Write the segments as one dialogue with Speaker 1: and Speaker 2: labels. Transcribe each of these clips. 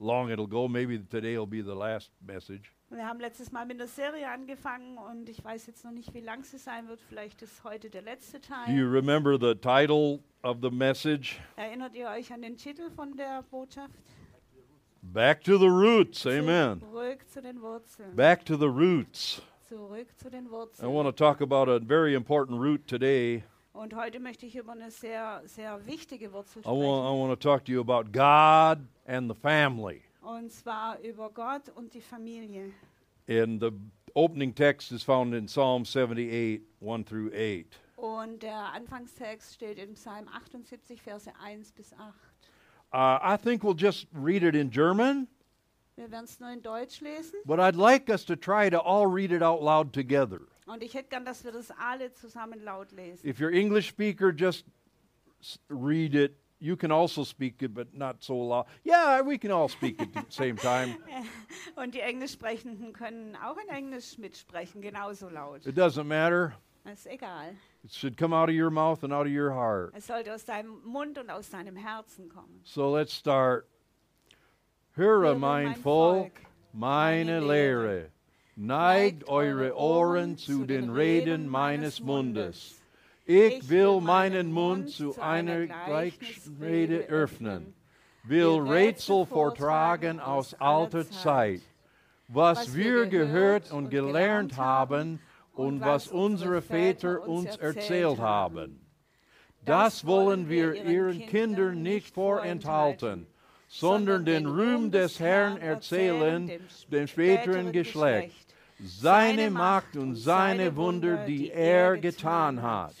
Speaker 1: long it'll go. Maybe today will be the last message.
Speaker 2: Wir haben letztes Mal mit einer Serie angefangen und ich weiß jetzt noch nicht, wie lang sie sein wird. Vielleicht ist heute der letzte
Speaker 1: Do you
Speaker 2: Teil.
Speaker 1: remember the title of the message?
Speaker 2: Erinnert ihr euch an den Titel von der Botschaft?
Speaker 1: Back to the roots. Amen.
Speaker 2: Zurück zu den Wurzeln.
Speaker 1: Back to the roots.
Speaker 2: Zurück zu den
Speaker 1: I
Speaker 2: Wurzeln.
Speaker 1: want to talk about a very important root today.
Speaker 2: Und heute möchte ich über eine sehr, sehr wichtige Wurzel
Speaker 1: I want,
Speaker 2: sprechen.
Speaker 1: I want to talk to you about God and the family.
Speaker 2: Und zwar über Gott und die Familie.
Speaker 1: And the opening text is found in Psalm 78, 1 through 8.
Speaker 2: Und der Anfangstext steht in Psalm 78, Verse 1 bis 8.
Speaker 1: Uh, I think we'll just read it in German,
Speaker 2: Wir werden es nur in Deutsch lesen.
Speaker 1: but I'd like us to try to all read it out loud together.
Speaker 2: Und ich hätte gern, dass wir das alle zusammen laut lesen.
Speaker 1: If you're English speaker, just s- read it. You can also speak it, but not so loud. Yeah, we can all speak at the same time.
Speaker 2: Und die Englischsprechenden können auch in Englisch mitsprechen, genauso laut.
Speaker 1: It doesn't matter.
Speaker 2: Ist egal.
Speaker 1: It should come out of your mouth and out of your heart.
Speaker 2: Es sollte aus deinem Mund und aus deinem Herzen kommen.
Speaker 1: So let's start. Höre mein Volk, meine Lehre. Neigt eure Ohren zu den Reden meines Mundes. Ich will meinen Mund zu einer Gleichrede öffnen, will Rätsel vortragen aus alter Zeit, was wir gehört und gelernt haben und was unsere Väter uns erzählt haben. Das wollen wir ihren Kindern nicht vorenthalten, sondern den Ruhm des Herrn erzählen, dem späteren Geschlecht, seine Macht und seine Wunder, die er getan hat.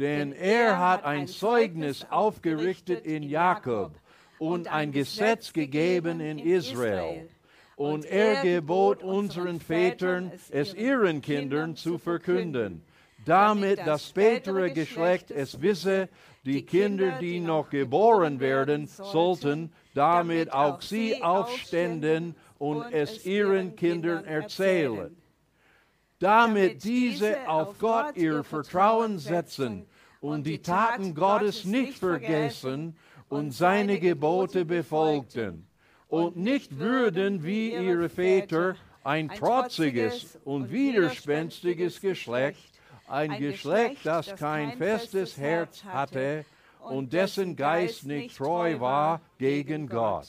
Speaker 1: Denn er hat ein Zeugnis aufgerichtet in Jakob und ein Gesetz gegeben in Israel. Und er gebot unseren Vätern, es ihren Kindern zu verkünden, damit das spätere Geschlecht es wisse, die Kinder, die noch geboren werden sollten, damit auch sie aufständen und es ihren Kindern erzählen damit diese auf Gott ihr Vertrauen setzen und die Taten Gottes nicht vergessen und seine Gebote befolgten und nicht würden wie ihre Väter ein trotziges und widerspenstiges Geschlecht, ein Geschlecht, das kein festes Herz hatte und dessen Geist nicht treu war gegen Gott.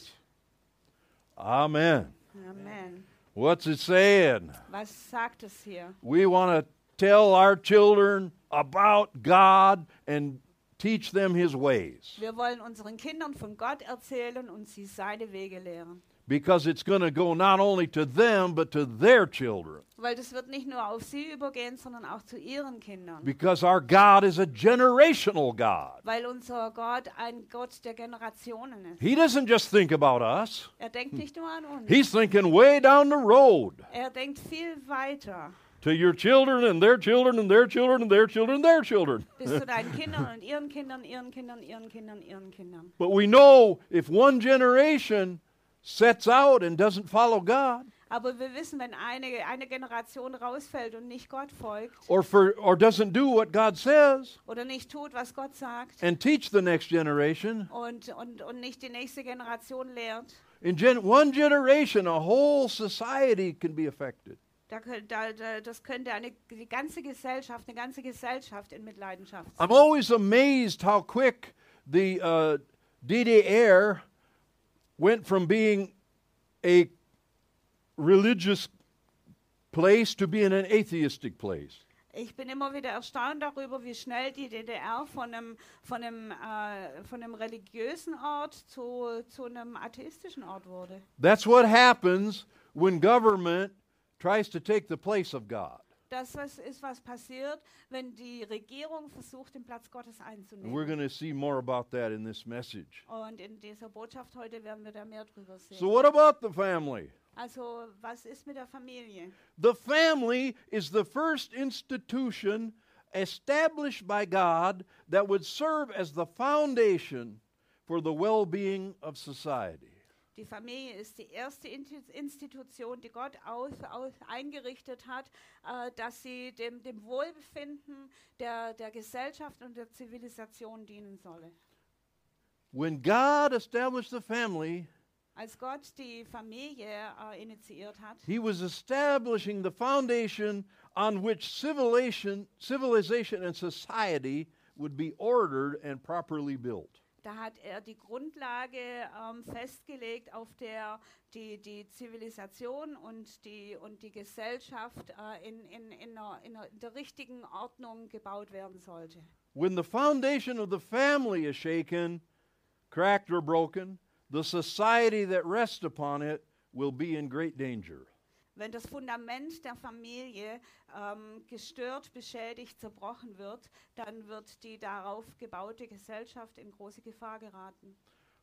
Speaker 1: Amen.
Speaker 2: Amen.
Speaker 1: What's it saying?
Speaker 2: Was sagt es hier?
Speaker 1: We want to tell our children about God and teach them His ways
Speaker 2: Wir wollen unseren Kindern von Gott erzählen und sie seine Wege lehren.
Speaker 1: because it's going to go not only to them but to their children.
Speaker 2: Weil das wird nicht nur auf sie übergehen, sondern auch zu ihren Kindern.
Speaker 1: Because our God is a generational God.
Speaker 2: Weil unser Gott ein Gott der Generationen ist.
Speaker 1: He doesn't just think about us,
Speaker 2: Er denkt nicht nur an uns.
Speaker 1: He's thinking way down the road
Speaker 2: Er denkt viel weiter.
Speaker 1: to your children and their children and their children and their children and their children.
Speaker 2: Bis zu deinen Kindern und ihren Kindern, ihren Kindern, ihren Kindern, ihren Kindern.
Speaker 1: But we know if one generation sets out and doesn't follow God,
Speaker 2: Aber wir wissen, wenn eine, eine Generation rausfällt und nicht Gott folgt
Speaker 1: or, for, or doesn't do what God says,
Speaker 2: oder nicht tut, was Gott sagt
Speaker 1: and teach the next generation.
Speaker 2: und, und, und nicht die nächste Generation lehrt,
Speaker 1: In gen- one generation, a whole society can be affected.
Speaker 2: da, kö- da, da, das könnte eine, die ganze Gesellschaft, eine ganze Gesellschaft in Mitleidenschaft
Speaker 1: I'm
Speaker 2: ziehen.
Speaker 1: always amazed how quick the uh, DDR went from being a religious place to being an atheistic place.
Speaker 2: Ich bin immer wieder erstaunt darüber, wie schnell die DDR von einem, von einem, äh, von einem religiösen Ort zu, zu einem atheistischen Ort wurde.
Speaker 1: That's what happens when government tries to take the place of God.
Speaker 2: Das was ist, was passiert, wenn die Regierung versucht, den Platz Gottes
Speaker 1: And we're
Speaker 2: einzunehmen.
Speaker 1: going to see more about that in this message.
Speaker 2: Und in dieser Botschaft heute werden wir da mehr drüber sehen.
Speaker 1: So, what about the family?
Speaker 2: also, was ist mit der Familie?
Speaker 1: The family is the first institution established by God that would serve as the foundation for the well being of society.
Speaker 2: Die Familie ist die erste Inti- Institution, die Gott aus, aus, eingerichtet hat, äh, dass sie dem, dem Wohlbefinden der, der Gesellschaft und der Zivilisation dienen solle.
Speaker 1: When God established the family,
Speaker 2: als Gott die Familie äh, initiiert hat,
Speaker 1: He was establishing the foundation on which civilization, civilization and society would be ordered and properly built.
Speaker 2: da hat er die Grundlage ähm, festgelegt, auf der die, die Zivilisation und die, und die Gesellschaft äh, in, in, in, einer, in, einer, in der richtigen Ordnung gebaut werden sollte.
Speaker 1: When the foundation of the family is shaken, cracked, or broken, the society that rests upon it will be in great danger.
Speaker 2: Wenn das Fundament der Familie ähm, gestört, beschädigt, zerbrochen wird, dann wird die darauf gebaute Gesellschaft in große Gefahr geraten.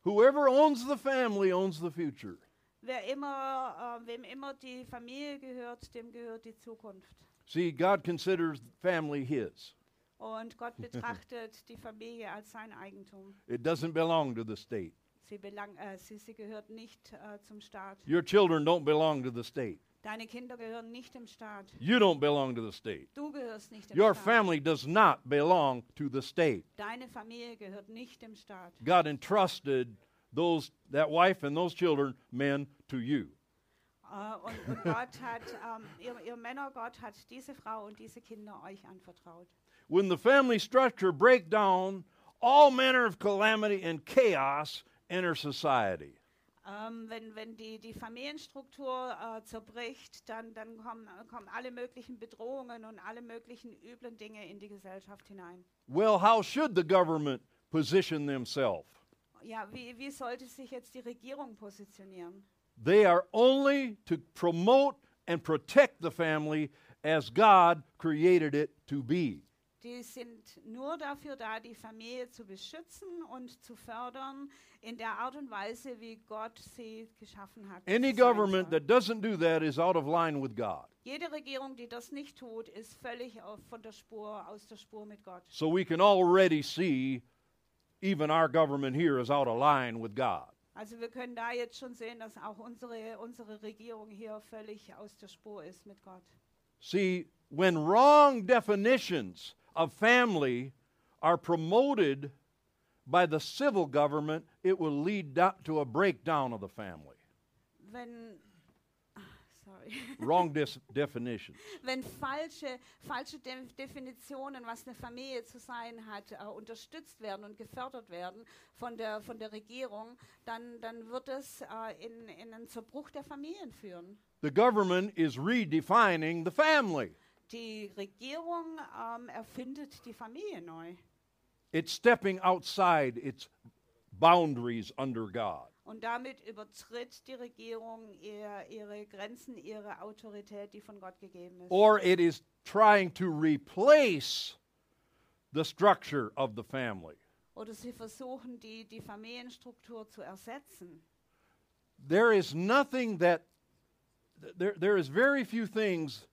Speaker 1: Whoever owns the family owns the future.
Speaker 2: Wer immer, äh, wem immer die Familie gehört, dem gehört die Zukunft.
Speaker 1: See, God considers family His,
Speaker 2: Und Gott betrachtet die Familie als sein Eigentum.
Speaker 1: it doesn't belong to the state.
Speaker 2: Sie, belang, äh, sie, sie gehört nicht äh, zum Staat.
Speaker 1: Your children don't belong to the state.
Speaker 2: Deine Kinder gehören nicht dem Staat.
Speaker 1: You don't belong to the state.
Speaker 2: Du gehörst nicht dem
Speaker 1: Your
Speaker 2: Staat.
Speaker 1: family does not belong to the state.
Speaker 2: Deine Familie gehört nicht dem Staat.
Speaker 1: God entrusted those that wife and those children, men, to you.
Speaker 2: Äh, und, und Gott hat, ähm, ihr, ihr Männer, Gott hat diese Frau und diese Kinder euch anvertraut.
Speaker 1: When the family structure break down, all manner of calamity and chaos enter society.
Speaker 2: Ähm, wenn wenn die, die Familienstruktur äh, zerbricht, dann, dann kommen, äh, kommen alle möglichen Bedrohungen und alle möglichen üblen Dinge in die Gesellschaft hinein.
Speaker 1: Well, how should the government position themselves?
Speaker 2: Ja, wie, wie sollte sich jetzt die Regierung positionieren?
Speaker 1: They are only to promote and protect the family as God created it to be.
Speaker 2: Die sind nur dafür da, die Familie zu beschützen und zu fördern in der Art und Weise, wie Gott sie geschaffen hat.
Speaker 1: Any
Speaker 2: zu sein
Speaker 1: government
Speaker 2: soll.
Speaker 1: that doesn't do that is out of line with God.
Speaker 2: Jede Regierung, die das nicht tut, ist völlig auf, von der Spur, aus der Spur mit Gott.
Speaker 1: So we can already see even our government here is out of line with God.
Speaker 2: Also wir können da jetzt schon sehen, dass auch unsere, unsere Regierung hier völlig aus der Spur ist mit Gott.
Speaker 1: See, when wrong definitions of family are promoted by the civil government, it will lead do- to a breakdown of the family.
Speaker 2: Wenn, ah, sorry.
Speaker 1: Wrong dis- definitions.
Speaker 2: Wenn falsche, falsche De Definitionen, was eine Familie zu sein hat, äh, unterstützt werden und gefördert werden von der, von der Regierung, dann, dann wird es äh, in, in einen Zerbruch der Familien führen.
Speaker 1: The government is redefining the family.
Speaker 2: Die Regierung ähm, erfindet die Familie neu.
Speaker 1: It's stepping outside its boundaries under God.
Speaker 2: Und damit übertritt die Regierung ihr, ihre Grenzen, ihre Autorität, die von Gott gegeben ist.
Speaker 1: or it is trying to replace the structure of the family.
Speaker 2: Oder sie versuchen, die, die Familienstruktur zu ersetzen.
Speaker 1: There is nothing that, th- there, there is very few things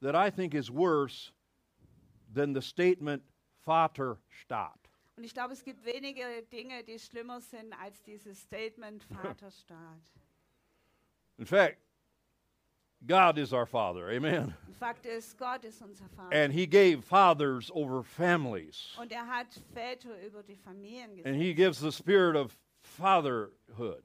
Speaker 1: that I think is worse than the statement Vaterstaat.
Speaker 2: Und ich glaube, es gibt wenige Dinge, die schlimmer sind als dieses Statement Vaterstaat.
Speaker 1: In fact, God is our Father, amen.
Speaker 2: Fakt ist, Gott ist unser Vater.
Speaker 1: And He gave fathers over families,
Speaker 2: Und er hat Väter über die Familien
Speaker 1: and
Speaker 2: gesetzt.
Speaker 1: He gives the spirit of fatherhood.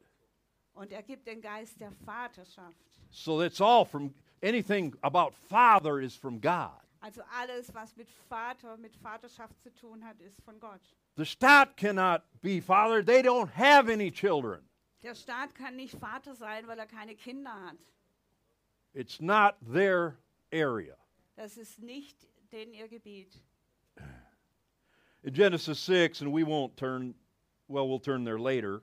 Speaker 2: Und er gibt den Geist der Vaterschaft.
Speaker 1: So that's all from anything about Father is from God.
Speaker 2: Also alles, was mit Vater, mit Vaterschaft zu tun hat, ist von Gott.
Speaker 1: The state cannot be father. They don't have any children.
Speaker 2: Der Staat kann nicht Vater sein, weil er keine Kinder hat.
Speaker 1: It's not their area.
Speaker 2: Das ist nicht denn ihr Gebiet.
Speaker 1: In Genesis 6, and we won't turn, well, we'll turn there later,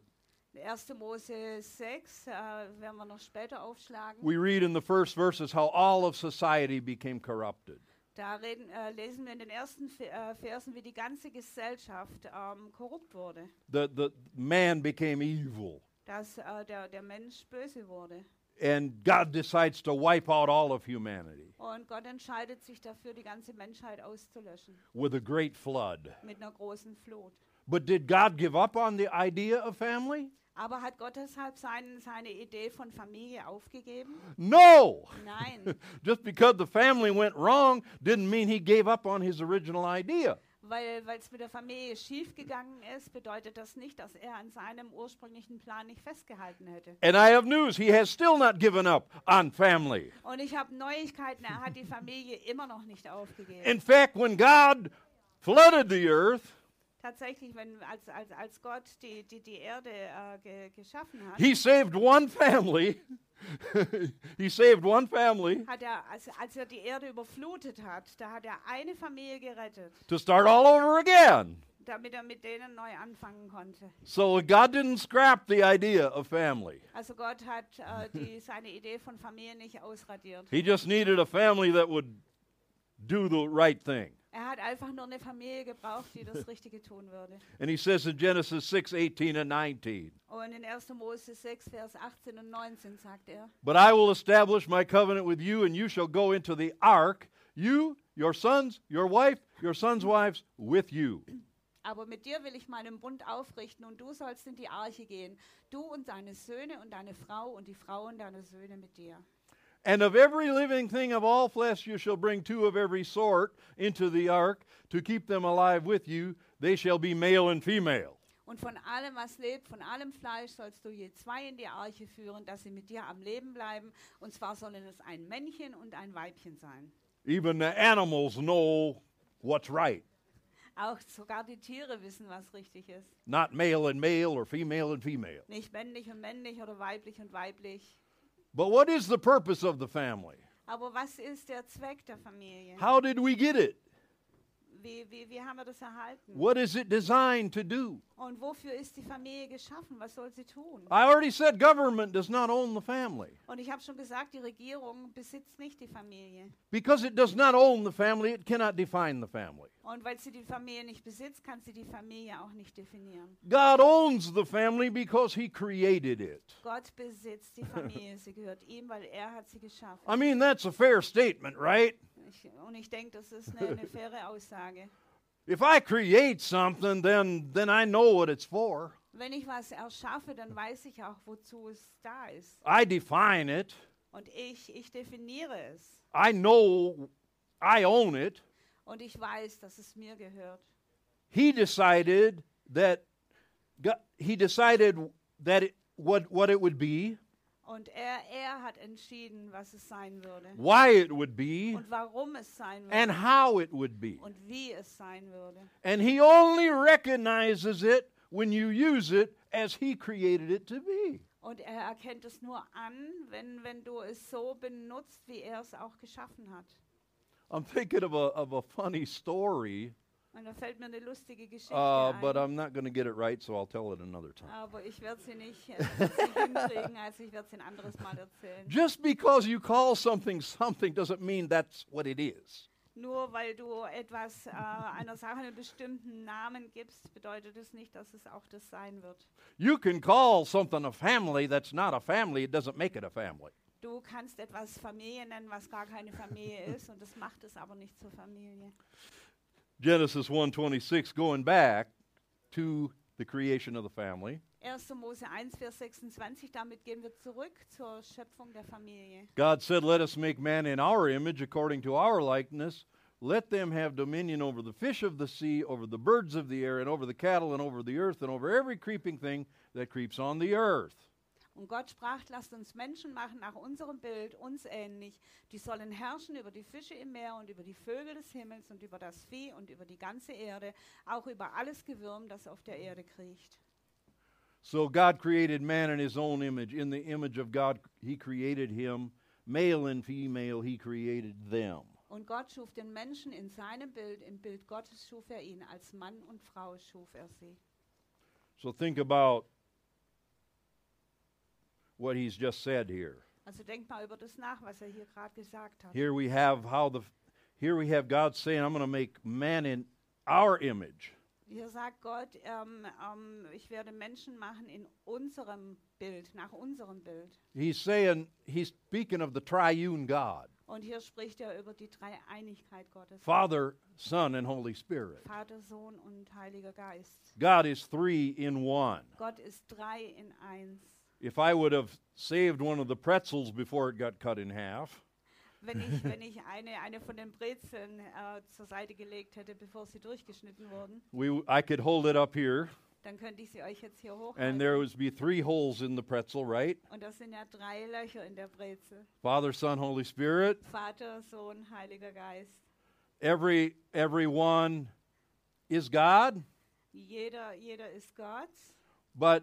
Speaker 2: 1. Mose 6 äh, werden wir noch später aufschlagen.
Speaker 1: we read in the first verses how all of society became corrupted.
Speaker 2: Da reden, äh, lesen wir in den ersten Ve- äh, Versen, wie die ganze Gesellschaft ähm, korrupt wurde,
Speaker 1: The, the man became evil,
Speaker 2: dass äh, der, der Mensch böse wurde.
Speaker 1: and God decides to wipe out all of humanity
Speaker 2: Und Gott entscheidet sich dafür, die ganze Menschheit auszulöschen
Speaker 1: with a great flood.
Speaker 2: mit einer großen Flut.
Speaker 1: But did God give up on the idea of family?
Speaker 2: Aber hat Gott deshalb seinen, seine Idee von Familie aufgegeben?
Speaker 1: No!
Speaker 2: Nein,
Speaker 1: Just because the family went wrong didn't mean he gave up on his original idea.
Speaker 2: weil es mit der Familie schiefgegangen ist, bedeutet das nicht, dass er an seinem ursprünglichen Plan nicht festgehalten hätte.
Speaker 1: And I have news. He has still not given up on family.
Speaker 2: Und ich habe Neuigkeiten, er hat die Familie immer noch nicht aufgegeben.
Speaker 1: In fact, when God flooded the earth,
Speaker 2: Tatsächlich, wenn, als, als, als Gott die, die, die Erde äh, ge, geschaffen hat,
Speaker 1: he saved one family. he saved one family
Speaker 2: hat er, als, als er die Erde überflutet hat, da hat er eine Familie gerettet,
Speaker 1: to start all over again.
Speaker 2: damit er mit denen neu anfangen konnte.
Speaker 1: So God didn't scrap the idea of family.
Speaker 2: Also Gott hat äh, die, seine Idee von Familie nicht ausradiert.
Speaker 1: He just needed a family that would do the right thing.
Speaker 2: Er hat einfach nur eine Familie gebraucht, die das Richtige tun würde.
Speaker 1: And he says in Genesis 6 18 and 19,
Speaker 2: Und in 1. Mose 6, Vers 18 und 19 sagt er,
Speaker 1: But I will establish my covenant with you, and you shall go into the ark, you, your sons, your wife, your sons' wives, with you.
Speaker 2: aber mit dir will ich meinen Bund aufrichten und du sollst in die Arche gehen, du und deine Söhne und deine Frau und die Frauen deiner Söhne mit dir.
Speaker 1: And of every living thing of all flesh you shall bring two of every sort into the ark to keep them alive with you. They shall be male and female.
Speaker 2: Und von allem, was lebt, von allem Fleisch sollst du je zwei in die Arche führen, dass sie mit dir am Leben bleiben. Und zwar sollen es ein Männchen und ein Weibchen sein.
Speaker 1: Even the animals know what's right,
Speaker 2: Auch sogar die Tiere wissen, was richtig ist.
Speaker 1: not male and male or female and female.
Speaker 2: Nicht männlich und männlich oder weiblich und weiblich.
Speaker 1: But what is the purpose of the family?
Speaker 2: Aber was ist der Zweck der Familie?
Speaker 1: How did we get it?
Speaker 2: Wie, wie, wie haben wir das erhalten?
Speaker 1: What is it designed to do?
Speaker 2: Und wofür ist die Familie geschaffen? Was soll sie tun?
Speaker 1: I already said government does not own the family.
Speaker 2: Und ich habe schon gesagt, die Regierung besitzt nicht die Familie.
Speaker 1: Because it does not own the family, it cannot define the family.
Speaker 2: Und weil sie die Familie nicht besitzt, kann sie die Familie auch nicht definieren.
Speaker 1: God owns the family because he created it.
Speaker 2: Gott besitzt die Familie, sie gehört ihm, weil er hat sie geschaffen.
Speaker 1: I mean, that's a fair statement, right?
Speaker 2: Ich, und ich denke, das ist eine, eine faire Aussage.
Speaker 1: If I create something, then then I know what it's for.
Speaker 2: Wenn ich was erschaffe, dann weiß ich auch, wozu es da ist.
Speaker 1: I define it.
Speaker 2: Und ich, ich definiere es.
Speaker 1: I know I own it.
Speaker 2: Und ich weiß, dass es mir gehört.
Speaker 1: He decided that God, he decided that it, what what it would be,
Speaker 2: Und er, er hat entschieden, was es sein würde.
Speaker 1: why it would be,
Speaker 2: Und warum es sein
Speaker 1: and
Speaker 2: würde.
Speaker 1: how it would be.
Speaker 2: Und wie es sein würde.
Speaker 1: And he only recognizes it when you use it as he created it to be.
Speaker 2: Und er erkennt es nur an, wenn, wenn du es so benutzt, wie er es auch geschaffen hat.
Speaker 1: I'm thinking of a of a funny story,
Speaker 2: Und da fällt mir eine lustige Geschichte
Speaker 1: uh,
Speaker 2: ein.
Speaker 1: but I'm not going to get it right, so I'll tell it another time.
Speaker 2: aber ich werde sie nicht, äh, ich werd sie nicht hinkriegen, also ich werde sie ein anderes Mal erzählen.
Speaker 1: Just because you call something something doesn't mean that's what it is.
Speaker 2: Nur weil du etwas äh, einer Sache einen bestimmten Namen gibst, bedeutet es nicht, dass es auch das sein wird.
Speaker 1: You can call something a family that's not a family, it doesn't make it a family.
Speaker 2: Du kannst etwas Familie nennen, was gar keine Familie ist, und das macht es aber nicht zur Familie.
Speaker 1: Genesis 1:26 going back to the creation of the family.
Speaker 2: 1. Mose 1, Vers 26, damit gehen wir zurück zur Schöpfung der Familie.
Speaker 1: God said, "Let us make man in our image according to our likeness." Let them have dominion over the fish of the sea, over the birds of the air, and over the cattle, and over the earth, and over every creeping thing that creeps on the earth.
Speaker 2: Und Gott sprach, lasst uns Menschen machen nach unserem Bild, uns ähnlich. Die sollen herrschen über die Fische im Meer und über die Vögel des Himmels und über das Vieh und über die ganze Erde, auch über alles Gewürm, das auf der Erde kriecht.
Speaker 1: So God created man in his own image. In the image of God, he created him. Male and female, he created them.
Speaker 2: Und Gott schuf den Menschen in seinem Bild, im Bild Gottes schuf er ihn, als Mann und Frau schuf er sie.
Speaker 1: So think about what he's just said here.
Speaker 2: Also denkt mal über das nach, was er hier gerade gesagt hat.
Speaker 1: Here we have how the here we have God saying, I'm going to make man in our image.
Speaker 2: Hier sagt Gott, ähm, ähm, ich werde Menschen machen in unserem Bild, nach unserem Bild.
Speaker 1: He's saying he's speaking of the triune God,
Speaker 2: Und hier spricht er über die Dreieinigkeit Gottes.
Speaker 1: Father, Son, and Holy Spirit.
Speaker 2: Vater, Sohn und Heiliger Geist.
Speaker 1: God is three in one.
Speaker 2: Gott ist drei in eins.
Speaker 1: If I would have saved one of the pretzels before it got cut in half,
Speaker 2: wenn ich, wenn ich eine, eine von den Brezeln äh, zur Seite gelegt hätte, bevor sie durchgeschnitten wurden,
Speaker 1: We, I could hold it up here,
Speaker 2: dann könnte ich sie euch jetzt hier
Speaker 1: and
Speaker 2: hochhalten.
Speaker 1: there would be three holes in the pretzel, right?
Speaker 2: Und das sind ja drei Löcher in der Brezel.
Speaker 1: Father, Son, Holy Spirit.
Speaker 2: Vater, Sohn, Heiliger Geist.
Speaker 1: Every everyone is God,
Speaker 2: Jeder, jeder ist Gott.
Speaker 1: but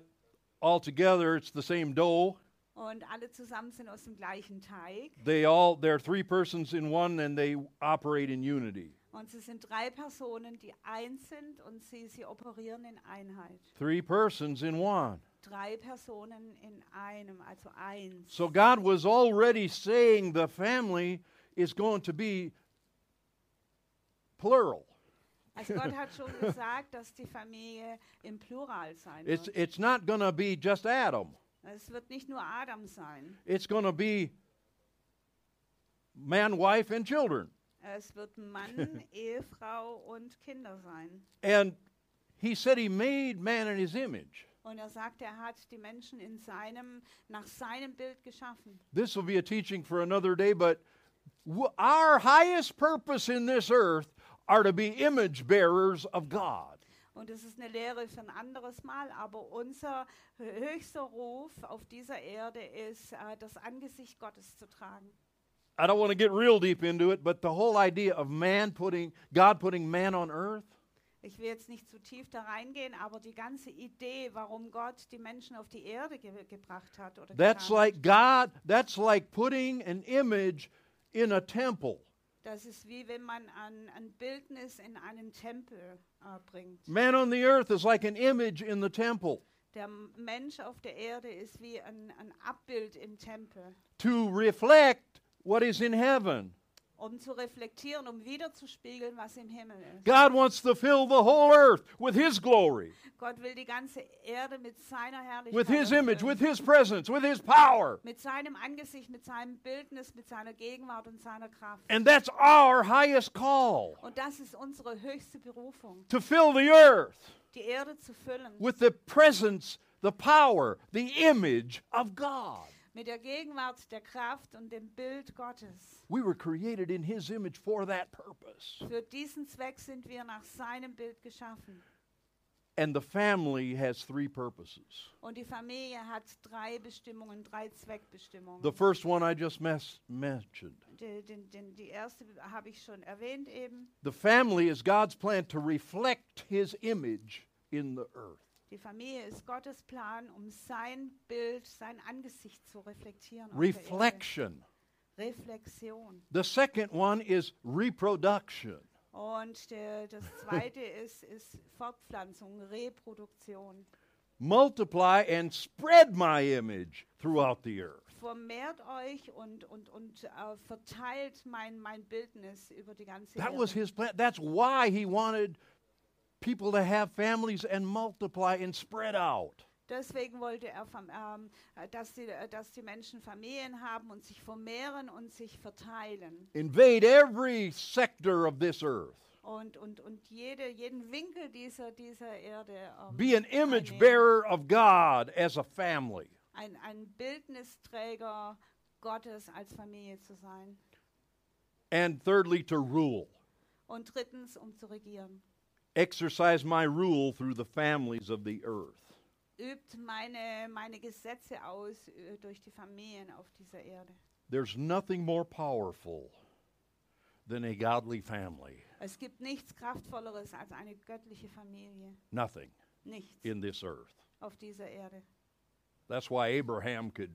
Speaker 1: altogether it's the same dough.
Speaker 2: Und alle zusammen sind aus dem gleichen Teig.
Speaker 1: They all they're three persons in one, and they operate in unity.
Speaker 2: Und sie sind drei Personen, die eins sind und sie, sie operieren in Einheit.
Speaker 1: Three persons in one.
Speaker 2: Drei Personen in einem, also eins.
Speaker 1: So God was already saying the family is going to be plural.
Speaker 2: Also Gott hat schon gesagt, dass die Familie im Plural sein
Speaker 1: It's
Speaker 2: wird.
Speaker 1: it's not going to be just Adam.
Speaker 2: Es wird nicht nur Adam sein.
Speaker 1: It's going to be man, wife, and children.
Speaker 2: Es wird Mann, Ehefrau und Kinder sein.
Speaker 1: And he said he made man in his image.
Speaker 2: Und er sagt, er hat die Menschen in seinem, nach seinem Bild geschaffen.
Speaker 1: This will be a teaching for another day, but w- our highest purpose in this earth are to be image bearers of God.
Speaker 2: Und es ist eine Lehre für ein anderes Mal, aber unser hö- höchster Ruf auf dieser Erde ist, äh, das Angesicht Gottes zu tragen.
Speaker 1: I don't want to get real deep into it, but the whole idea of man putting God putting man on earth
Speaker 2: Ich will jetzt nicht zu tief da reingehen, aber die ganze Idee, warum Gott die Menschen auf die Erde ge gebracht hat oder
Speaker 1: That's
Speaker 2: getan,
Speaker 1: like God, that's like putting an image in a temple.
Speaker 2: das ist wie wenn man ein, ein Bildnis in einen Tempel äh, bringt.
Speaker 1: Man on the earth is like an image in the temple
Speaker 2: Der M- Mensch auf der Erde ist wie ein, ein Abbild im Tempel,
Speaker 1: to reflect what is in heaven.
Speaker 2: um zu reflektieren, um wiederzuspiegeln, was im Himmel ist.
Speaker 1: God wants to fill the whole earth with his glory,
Speaker 2: Gott will die ganze Erde mit seiner Herrlichkeit
Speaker 1: with his image,
Speaker 2: erfüllen.
Speaker 1: with his presence, with his power.
Speaker 2: mit seinem Angesicht, mit seinem Bildnis, mit seiner Gegenwart und seiner Kraft.
Speaker 1: And that's our highest call
Speaker 2: Und das ist unsere höchste Berufung,
Speaker 1: to fill the earth
Speaker 2: die Erde zu füllen
Speaker 1: with the presence, the power, the image of God.
Speaker 2: mit der Gegenwart, der Kraft und dem Bild Gottes.
Speaker 1: We were created in his image for that purpose.
Speaker 2: Für diesen Zweck sind wir nach seinem Bild geschaffen.
Speaker 1: And the family has three purposes.
Speaker 2: Und die Familie hat drei Bestimmungen, drei Zweckbestimmungen.
Speaker 1: The first one I just mes- mentioned.
Speaker 2: Die, den- den- die erste habe ich schon erwähnt eben.
Speaker 1: The family is God's plan to reflect his image in the earth.
Speaker 2: Die Familie ist Gottes Plan, um sein Bild, sein Angesicht zu reflektieren. auf der Erde.
Speaker 1: Reflection.
Speaker 2: Reflexion.
Speaker 1: The second one is reproduction.
Speaker 2: Und der, das zweite ist, ist Fortpflanzung, Reproduktion.
Speaker 1: Multiply and spread my image throughout the earth.
Speaker 2: Vermehrt euch und, und, und äh, verteilt mein, mein Bildnis über die ganze
Speaker 1: That
Speaker 2: Erde.
Speaker 1: was his plan. That's why he wanted people to have families and multiply and spread out.
Speaker 2: Deswegen wollte er, verm- ähm, äh, dass, die, äh, dass die Menschen Familien haben und sich vermehren und sich verteilen.
Speaker 1: Invade every sector of this earth.
Speaker 2: Und, und, und jede, jeden Winkel dieser, dieser Erde. ähm,
Speaker 1: Be an image
Speaker 2: einnehmen.
Speaker 1: bearer of God as a family.
Speaker 2: Ein, ein Bildnisträger Gottes als Familie zu sein.
Speaker 1: And thirdly, to rule.
Speaker 2: Und drittens, um zu regieren.
Speaker 1: Exercise my rule through the families of the earth.
Speaker 2: übt meine, meine Gesetze aus äh, durch die Familien auf dieser Erde.
Speaker 1: There's nothing more powerful than a godly family.
Speaker 2: Es gibt nichts Kraftvolleres als eine göttliche Familie.
Speaker 1: Nothing
Speaker 2: Nichts
Speaker 1: in this earth.
Speaker 2: auf dieser Erde.
Speaker 1: That's why Abraham could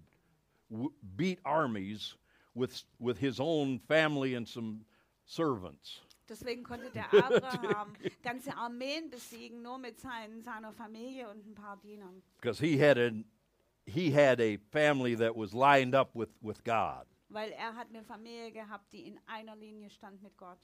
Speaker 1: w- beat armies with, with his own family and some servants.
Speaker 2: Deswegen konnte der Abraham ganze Armeen besiegen, nur mit seinen, seiner Familie und ein paar Dienern.
Speaker 1: Because he had, an, he had a family that was lined up with, with God.
Speaker 2: Weil er hat eine Familie gehabt, die in einer Linie stand mit Gott.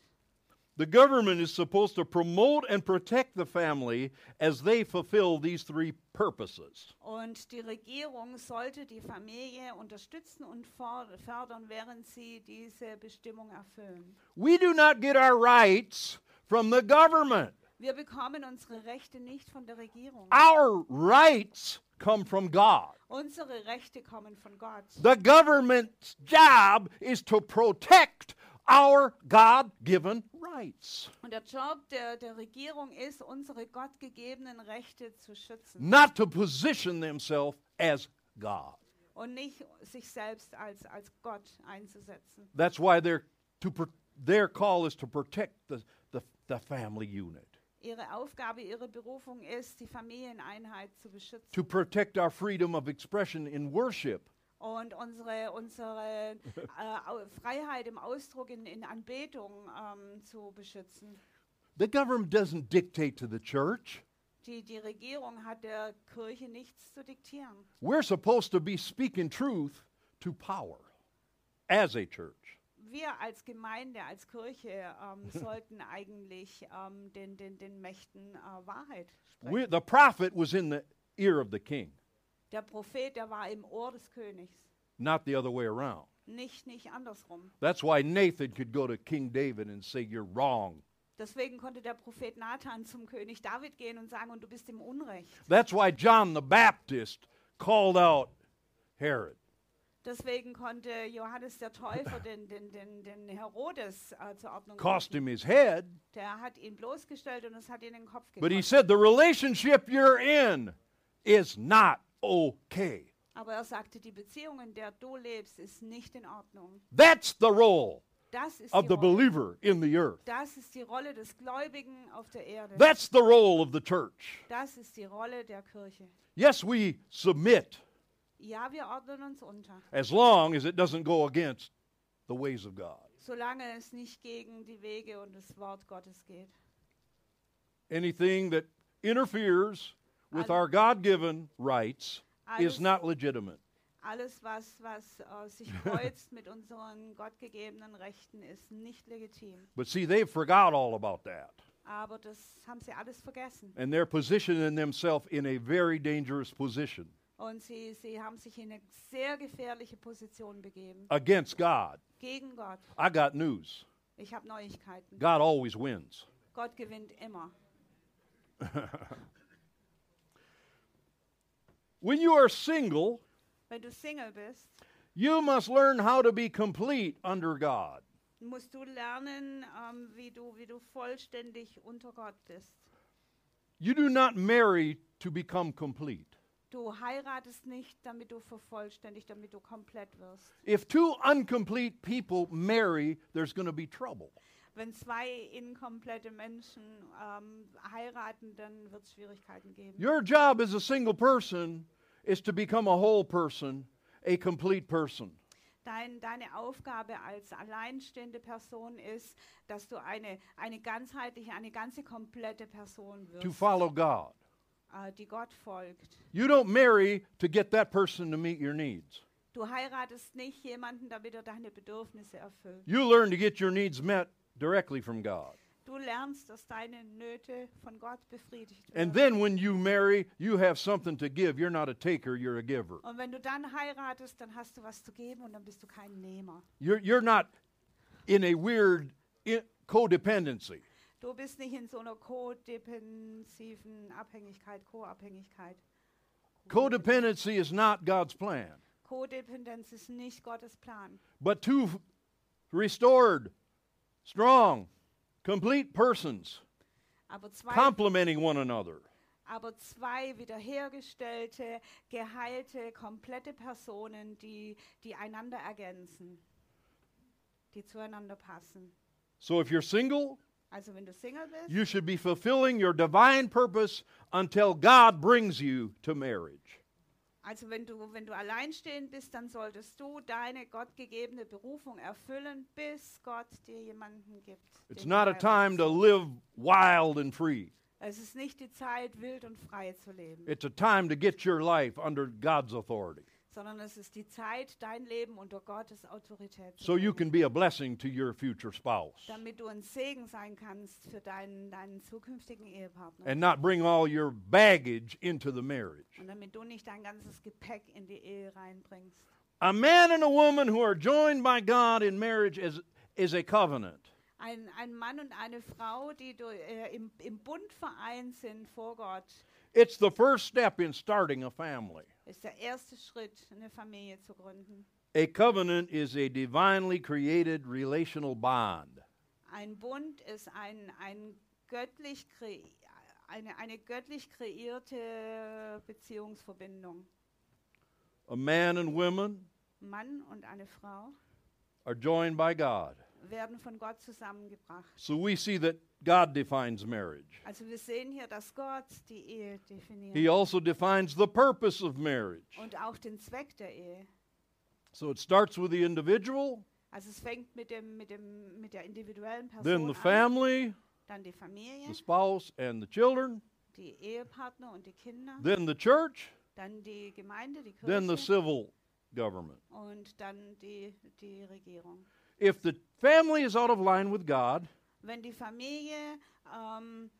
Speaker 1: The government is supposed to promote and protect the family as they fulfill these three purposes.
Speaker 2: Und die Regierung sollte die Familie unterstützen und for- fördern, während sie diese Bestimmung erfüllen.
Speaker 1: We do not get our rights from the government.
Speaker 2: Wir bekommen unsere Rechte nicht von der Regierung.
Speaker 1: Our rights come from God.
Speaker 2: Unsere Rechte kommen von Gott.
Speaker 1: The government's job is to protect our God given rights,
Speaker 2: Und der Job der, der Regierung ist, unsere gottgegebenen Rechte zu schützen
Speaker 1: not to position themselves as God.
Speaker 2: und nicht sich selbst als, als Gott einzusetzen.
Speaker 1: That's why their, to, pro- their call is to protect the, the, the family unit,
Speaker 2: Ihre Aufgabe, ihre Berufung ist, die Familieneinheit zu beschützen
Speaker 1: to protect our freedom of expression in worship,
Speaker 2: und unsere, unsere äh, Au- Freiheit im Ausdruck, in, in Anbetung ähm, zu beschützen.
Speaker 1: The government doesn't dictate to the church.
Speaker 2: Die, die Regierung hat der Kirche nichts zu diktieren.
Speaker 1: We're supposed to be speaking truth to power as a church.
Speaker 2: Wir als Gemeinde, als Kirche ähm, sollten eigentlich ähm, den, den, den Mächten äh, Wahrheit sprechen.
Speaker 1: We, the prophet was in the ear of the king,
Speaker 2: der Prophet, der war im Ohr des Königs,
Speaker 1: not the other way around.
Speaker 2: nicht, nicht andersrum.
Speaker 1: That's why Nathan could go to King David and say, You're wrong.
Speaker 2: Deswegen konnte der Prophet Nathan zum König David gehen und sagen, und du bist im Unrecht.
Speaker 1: That's why John the Baptist called out Herod.
Speaker 2: Deswegen konnte Johannes der Täufer den, den, den, den Herodes äh, zur Ordnung
Speaker 1: Cost
Speaker 2: rufen.
Speaker 1: him his head,
Speaker 2: Der hat ihn bloßgestellt und es hat ihn den Kopf
Speaker 1: but he
Speaker 2: gekostet.
Speaker 1: said, The relationship you're in is not okay.
Speaker 2: Aber er sagte, die Beziehung, in der du lebst, ist nicht in Ordnung.
Speaker 1: That's the role
Speaker 2: Das ist, die
Speaker 1: of the
Speaker 2: Rolle,
Speaker 1: believer in the earth.
Speaker 2: das ist die Rolle des Gläubigen auf der Erde.
Speaker 1: That's the role of the church.
Speaker 2: Das ist die Rolle der Kirche.
Speaker 1: Yes, we submit
Speaker 2: Ja, wir ordnen uns unter,
Speaker 1: as long as it doesn't go against the ways of God.
Speaker 2: solange es nicht gegen die Wege und das Wort Gottes geht.
Speaker 1: Anything that interferes with our God given rights is
Speaker 2: Alles-
Speaker 1: not legitimate.
Speaker 2: Alles, was, was äh, sich kreuzt mit unseren gottgegebenen Rechten, ist nicht legitim.
Speaker 1: But see, they forgot all about that.
Speaker 2: Aber das haben sie alles vergessen.
Speaker 1: And they're positioning themselves in a very dangerous position
Speaker 2: Und sie, sie haben sich in eine sehr gefährliche Position begeben.
Speaker 1: against God.
Speaker 2: Gegen Gott.
Speaker 1: I got news
Speaker 2: Ich habe Neuigkeiten.
Speaker 1: God always wins.
Speaker 2: Gott gewinnt immer.
Speaker 1: When you are single,
Speaker 2: Wenn du Single bist,
Speaker 1: you must learn how to be complete under God.
Speaker 2: musst du lernen, ähm, wie, du, wie du vollständig unter Gott bist.
Speaker 1: You do not marry to become complete.
Speaker 2: Du heiratest nicht, damit du vervollständigt, damit du komplett wirst.
Speaker 1: If two incomplete people marry, there's going to be trouble.
Speaker 2: Wenn zwei inkomplette Menschen ähm, heiraten, dann wird es Schwierigkeiten geben.
Speaker 1: Your job as a single person is to become a whole person, a complete person.
Speaker 2: Dein, deine Aufgabe als alleinstehende Person ist, dass du eine, eine ganzheitliche, eine ganze komplette Person wirst,
Speaker 1: to follow God.
Speaker 2: äh, die Gott folgt.
Speaker 1: You don't marry to get that person to meet your needs.
Speaker 2: Du heiratest nicht jemanden, damit er deine Bedürfnisse erfüllt.
Speaker 1: You learn to get your needs met directly from God.
Speaker 2: Du lernst, dass deine Nöte von Gott befriedigt
Speaker 1: And
Speaker 2: werden.
Speaker 1: then when you marry, you have something to give. You're not a taker, you're a giver.
Speaker 2: Und wenn du dann heiratest, dann hast du was zu geben und dann bist du kein Nehmer.
Speaker 1: You're, you're not in a weird i- codependency.
Speaker 2: Du bist nicht in so einer kodepensiven Abhängigkeit, Co-Abhängigkeit.
Speaker 1: Codependency is not God's plan.
Speaker 2: Codependenz ist nicht Gottes Plan.
Speaker 1: But two f- restored, strong, complete persons
Speaker 2: Aber zwei
Speaker 1: complementing one another.
Speaker 2: aber zwei wiederhergestellte, geheilte, komplette Personen, die, die einander ergänzen, die zueinander passen.
Speaker 1: So if you're single,
Speaker 2: Also wenn du Single bist,
Speaker 1: you should be fulfilling your divine purpose until God brings you to marriage.
Speaker 2: also wenn du, wenn du alleinstehend bist, dann solltest du deine gottgegebene Berufung erfüllen, bis Gott dir jemanden gibt.
Speaker 1: It's
Speaker 2: den
Speaker 1: not
Speaker 2: du
Speaker 1: a time to
Speaker 2: heiratest.
Speaker 1: live wild and free.
Speaker 2: es ist nicht die Zeit, wild und frei zu leben,
Speaker 1: It's a time to get your life under God's authority
Speaker 2: sondern es ist die Zeit, dein Leben unter Gottes Autorität zu
Speaker 1: so you
Speaker 2: leben.
Speaker 1: can be a blessing to your future spouse
Speaker 2: damit du ein Segen sein kannst für deinen, deinen zukünftigen Ehepartner.
Speaker 1: and not bring all your baggage into the marriage.
Speaker 2: und damit du nicht dein ganzes Gepäck in die Ehe reinbringst.
Speaker 1: A man and a woman who are joined by God in marriage is, is a covenant.
Speaker 2: ein, ein Mann und eine Frau, die du, äh, im, im Bund vereint sind vor Gott.
Speaker 1: It's the first step in starting a family.
Speaker 2: Ist der erste Schritt, eine Familie zu gründen.
Speaker 1: A covenant is a divinely created relational bond.
Speaker 2: Ein Bund ist ein, ein göttlich kre- eine, eine göttlich kreierte Beziehungsverbindung.
Speaker 1: A man and woman
Speaker 2: Mann und eine Frau
Speaker 1: are joined by God.
Speaker 2: werden von Gott zusammengebracht.
Speaker 1: So we see that God defines marriage.
Speaker 2: Also wir sehen hier, dass Gott die Ehe definiert
Speaker 1: He also defines the purpose of marriage.
Speaker 2: und auch den Zweck der Ehe.
Speaker 1: So it starts with the individual,
Speaker 2: Also es fängt mit, dem, mit, dem, mit der individuellen
Speaker 1: then
Speaker 2: Person
Speaker 1: the
Speaker 2: an,
Speaker 1: family,
Speaker 2: dann die Familie,
Speaker 1: the spouse, and the children,
Speaker 2: die Ehepartner und die Kinder,
Speaker 1: then the church,
Speaker 2: dann die Gemeinde, die
Speaker 1: then the
Speaker 2: Kirche
Speaker 1: civil government.
Speaker 2: und dann die, die Regierung.
Speaker 1: If the family is out of line with God,
Speaker 2: Wenn die Familie ähm,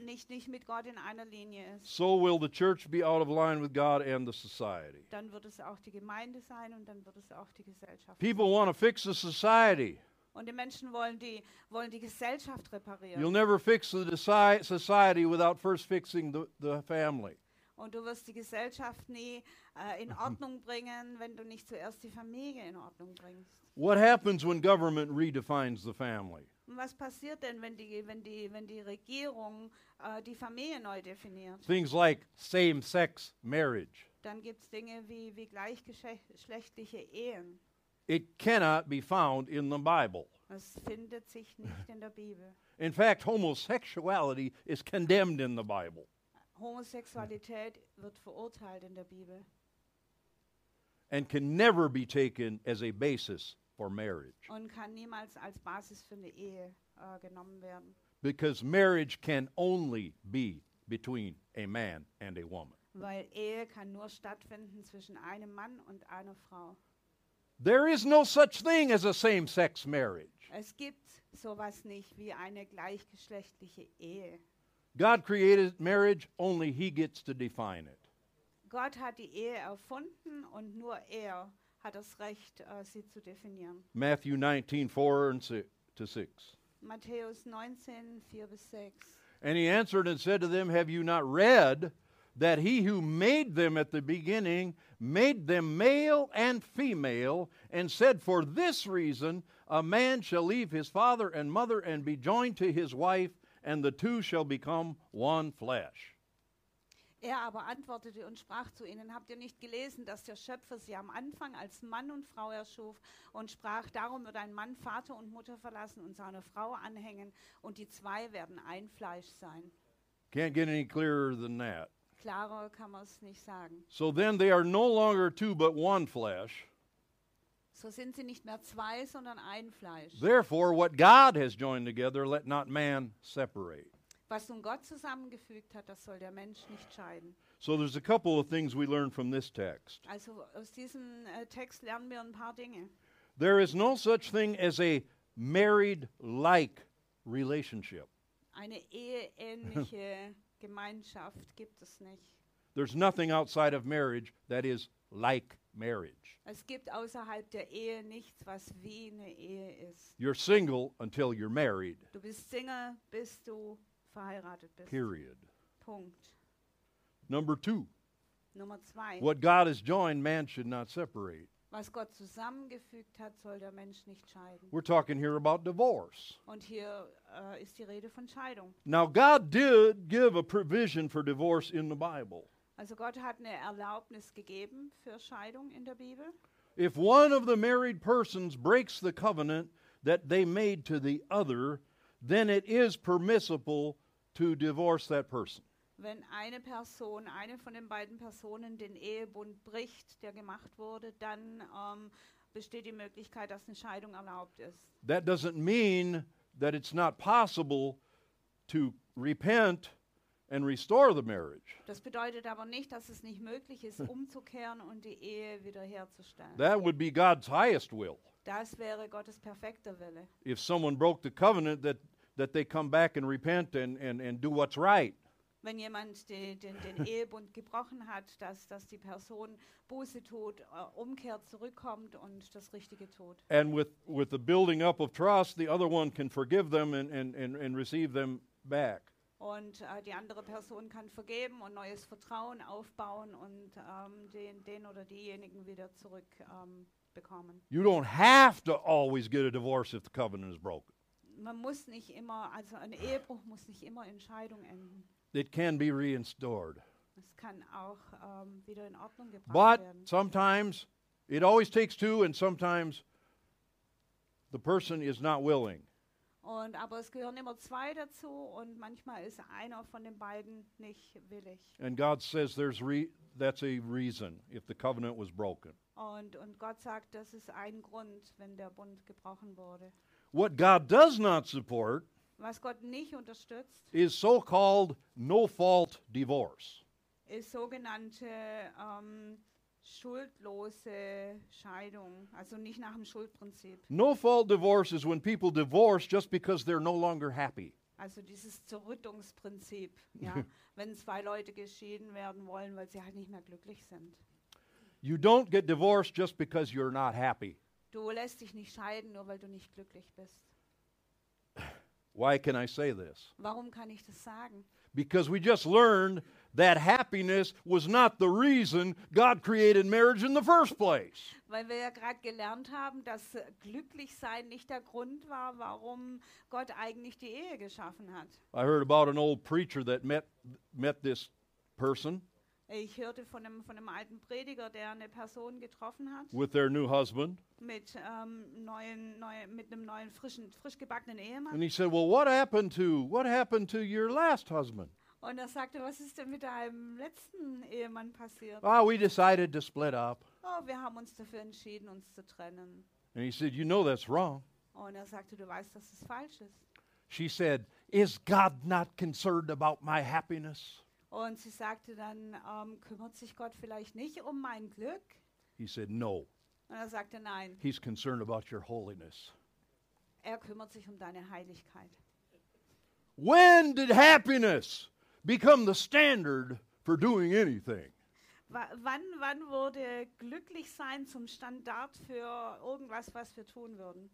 Speaker 2: nicht, nicht mit Gott in einer Linie ist,
Speaker 1: so will the church be out of line with God and the society.
Speaker 2: dann wird es auch die Gemeinde sein und dann wird es auch die Gesellschaft.
Speaker 1: People want to fix the society.
Speaker 2: Und die Menschen wollen die, wollen die Gesellschaft reparieren.
Speaker 1: You'll never fix the deci- society without first fixing the, the family.
Speaker 2: Und du wirst die Gesellschaft nie äh, in Ordnung bringen, wenn du nicht zuerst die Familie in Ordnung bringst.
Speaker 1: What happens when government redefines the family?
Speaker 2: Und was passiert denn, wenn die, wenn die, wenn die Regierung äh, die Familie neu definiert?
Speaker 1: Things like same sex marriage.
Speaker 2: Dann gibt es Dinge wie, wie gleichgeschlechtliche Ehen.
Speaker 1: It cannot be found in the Bible.
Speaker 2: Das findet sich nicht in der Bibel.
Speaker 1: In fact, homosexuality is condemned in the Bible,
Speaker 2: Homosexualität wird verurteilt in der Bibel
Speaker 1: and can never be taken as a basis for marriage
Speaker 2: und kann niemals als Basis für eine Ehe äh, genommen werden.
Speaker 1: because marriage can only be between a man and a woman.
Speaker 2: Weil Ehe kann nur stattfinden zwischen einem Mann und einer Frau.
Speaker 1: There is no such thing as a same sex marriage.
Speaker 2: Es gibt sowas nicht wie eine gleichgeschlechtliche Ehe.
Speaker 1: God created marriage, only He gets to define it.
Speaker 2: Gott hat die Ehe erfunden und nur er hat das Recht, äh, sie zu definieren.
Speaker 1: Matthew 19, 4 and si- to 6.
Speaker 2: Matthäus 19, 4 bis 6.
Speaker 1: And he answered and said to them, Have you not read that he who made them at the beginning made them male and female, and said, For this reason a man shall leave his father and mother and be joined to his wife, and the two shall become one flesh.
Speaker 2: Er aber antwortete und sprach zu ihnen, habt ihr nicht gelesen, dass der Schöpfer sie am Anfang als Mann und Frau erschuf und sprach, darum wird ein Mann Vater und Mutter verlassen und seiner Frau anhängen und die zwei werden ein Fleisch sein.
Speaker 1: Can't get any clearer than that.
Speaker 2: Klarer kann man es nicht sagen.
Speaker 1: So then they are no longer two but one flesh.
Speaker 2: So sind sie nicht mehr zwei, sondern ein Fleisch.
Speaker 1: Therefore, what God has joined together, let not man separate.
Speaker 2: Was nun Gott zusammengefügt hat, das soll der Mensch nicht scheiden.
Speaker 1: So there's a couple of things we learn from this text.
Speaker 2: Also aus diesem äh, Text lernen wir ein paar Dinge.
Speaker 1: There is no such thing as a married like relationship.
Speaker 2: Eine eheähnliche Gemeinschaft gibt es nicht.
Speaker 1: There's nothing outside of marriage that is like marriage.
Speaker 2: Es gibt außerhalb der Ehe nichts, was wie eine Ehe ist.
Speaker 1: You're single until you're married,
Speaker 2: Du bist Single, bis du verheiratet bist.
Speaker 1: period.
Speaker 2: Punkt.
Speaker 1: Number two,
Speaker 2: Nummer zwei.
Speaker 1: what God has joined, man should not separate.
Speaker 2: Was Gott zusammengefügt hat, soll der Mensch nicht scheiden.
Speaker 1: We're talking here about divorce.
Speaker 2: Und hier äh, ist die Rede von Scheidung.
Speaker 1: Now, God did give a provision for divorce in the Bible.
Speaker 2: Also Gott hat eine Erlaubnis gegeben für Scheidung in der Bibel.
Speaker 1: If one of the married persons breaks the covenant that they made to the other, then it is permissible to divorce that person.
Speaker 2: Wenn eine Person, eine von den beiden Personen den Ehebund bricht, der gemacht wurde, dann ähm, besteht die Möglichkeit, dass eine Scheidung erlaubt ist.
Speaker 1: That doesn't mean that it's not possible to repent and restore the marriage.
Speaker 2: Das bedeutet aber nicht, dass es nicht möglich ist, umzukehren und die Ehe wiederherzustellen.
Speaker 1: That would be God's highest will.
Speaker 2: Das wäre Gottes perfekter Wille.
Speaker 1: If someone broke the covenant, that, that they come back and repent and, and, and do what's right.
Speaker 2: wenn jemand den, den, den Ehebund gebrochen hat, dass, dass die Person Buße tut, äh, umkehrt, zurückkommt und das Richtige tut.
Speaker 1: And with, with the building up of trust, the other one can forgive them and, and, and, and receive them back.
Speaker 2: Und äh, die andere Person kann vergeben und neues Vertrauen aufbauen und ähm, den, den oder diejenigen wieder zurück ähm, bekommen.
Speaker 1: You don't have to always get a divorce if the covenant is broken.
Speaker 2: Man muss nicht immer, also ein Ehebruch muss nicht immer Entscheidung enden.
Speaker 1: It can be reinstored.
Speaker 2: Es kann auch ähm, wieder in Ordnung gebracht
Speaker 1: But
Speaker 2: werden.
Speaker 1: sometimes it always takes two, and sometimes the person is not willing.
Speaker 2: Und, aber es gehören immer zwei dazu und manchmal ist einer von den beiden nicht willig.
Speaker 1: And God says there's re- that's a reason if the covenant was broken.
Speaker 2: Und, und Gott sagt, das ist ein Grund, wenn der Bund gebrochen wurde.
Speaker 1: What God does not support
Speaker 2: Was Gott nicht unterstützt,
Speaker 1: is so called no fault divorce.
Speaker 2: ist äh, sogenannte ähm, schuldlose Scheidung, also nicht nach dem Schuldprinzip.
Speaker 1: No fault divorce is when people divorce just because they're no longer happy.
Speaker 2: Also dieses Zerrüttungsprinzip, ja, wenn zwei Leute geschieden werden wollen, weil sie halt nicht mehr glücklich sind.
Speaker 1: You don't get divorced just because you're not happy.
Speaker 2: Du lässt dich nicht scheiden, nur weil du nicht glücklich bist.
Speaker 1: Why can I say this?
Speaker 2: Warum kann ich das sagen?
Speaker 1: Because we just learned that happiness was not the reason God created marriage in the first place.
Speaker 2: Weil wir ja gerade gelernt haben, dass äh, Glücklichsein nicht der Grund war, warum Gott eigentlich die Ehe geschaffen hat.
Speaker 1: I heard about an old preacher that met met this person
Speaker 2: Ich hörte von einem, von einem alten Prediger, der eine Person getroffen hat
Speaker 1: with their new husband,
Speaker 2: mit, ähm, neuen, neu, mit einem neuen frischen, frisch gebackenen Ehemann.
Speaker 1: and he said, "Well, what happened to what happened to your last husband?"
Speaker 2: Und er sagte, was ist denn mit deinem letzten Ehemann passiert?
Speaker 1: "Ah, we decided to split up."
Speaker 2: Oh, wir haben uns dafür entschieden, uns zu trennen.
Speaker 1: And he said, "You know that's wrong."
Speaker 2: Und er sagte, du weißt, dass es falsch ist.
Speaker 1: She said, "Is God not concerned about my happiness?"
Speaker 2: Und sie sagte dann, ähm, kümmert sich Gott vielleicht nicht um mein Glück?
Speaker 1: He said, "No.
Speaker 2: Und er sagte, nein,
Speaker 1: He's concerned about your holiness."
Speaker 2: er kümmert sich um deine Heiligkeit.
Speaker 1: When did happiness become the standard for doing anything?
Speaker 2: Wa- Wann, wann wurde glücklich sein zum Standard für irgendwas, was wir tun würden?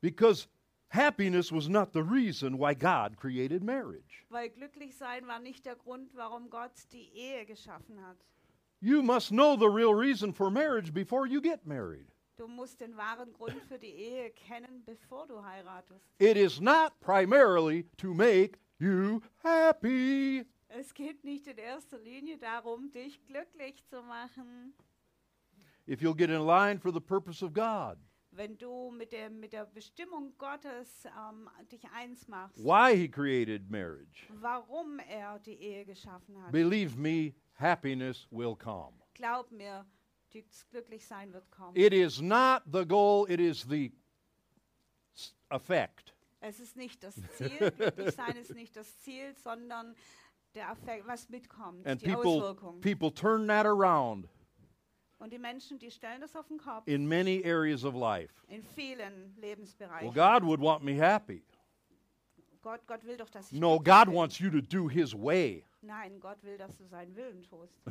Speaker 1: Because happiness was not the reason why God created marriage.
Speaker 2: Weil glücklich sein war nicht der Grund, warum Gott die Ehe geschaffen hat.
Speaker 1: You must know the real reason for marriage before you get married.
Speaker 2: Du musst den wahren Grund für die Ehe kennen, bevor du heiratest.
Speaker 1: It is not primarily to make you happy.
Speaker 2: Es geht nicht in erster Linie darum, dich glücklich zu machen.
Speaker 1: If you'll get in line for the purpose of God,
Speaker 2: Wenn du mit der, mit der Bestimmung Gottes ähm, dich eins machst,
Speaker 1: why He created marriage,
Speaker 2: warum er die Ehe geschaffen hat,
Speaker 1: believe me, happiness will come.
Speaker 2: glaub mir, das Glücklichsein wird kommen.
Speaker 1: It is not the goal, it is the s- effect.
Speaker 2: Es ist nicht das Ziel, glücklich sein ist nicht das Ziel, sondern der Affekt, was mitkommt,
Speaker 1: And
Speaker 2: die
Speaker 1: people,
Speaker 2: Auswirkung.
Speaker 1: people turn that around
Speaker 2: Und die Menschen, die stellen das auf den Kopf
Speaker 1: in many areas of life.
Speaker 2: in vielen
Speaker 1: Well,
Speaker 2: Lebensbereichen.
Speaker 1: God would want me happy.
Speaker 2: Gott, Gott will doch, dass ich
Speaker 1: No,
Speaker 2: glücklich
Speaker 1: God
Speaker 2: bin.
Speaker 1: wants you to do His way,
Speaker 2: Nein, Gott will, dass du seinen Willen tust.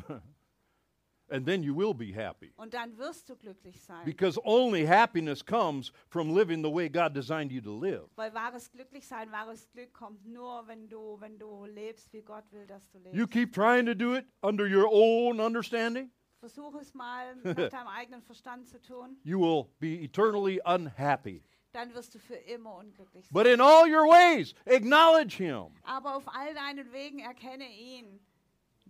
Speaker 1: and then you will be happy.
Speaker 2: Und dann wirst du glücklich sein.
Speaker 1: Because only happiness comes from living the way God designed you to live.
Speaker 2: Weil wahres Glücklichsein, wahres Glück kommt nur, wenn du, wenn du lebst, wie Gott will, dass du lebst.
Speaker 1: You keep trying to do it under your own understanding,
Speaker 2: Versuch es mal nach deinem eigenen Verstand zu tun,
Speaker 1: you will be eternally unhappy.
Speaker 2: dann wirst du für immer unglücklich sein.
Speaker 1: But in all your ways, acknowledge Him.
Speaker 2: Aber auf all deinen Wegen erkenne ihn.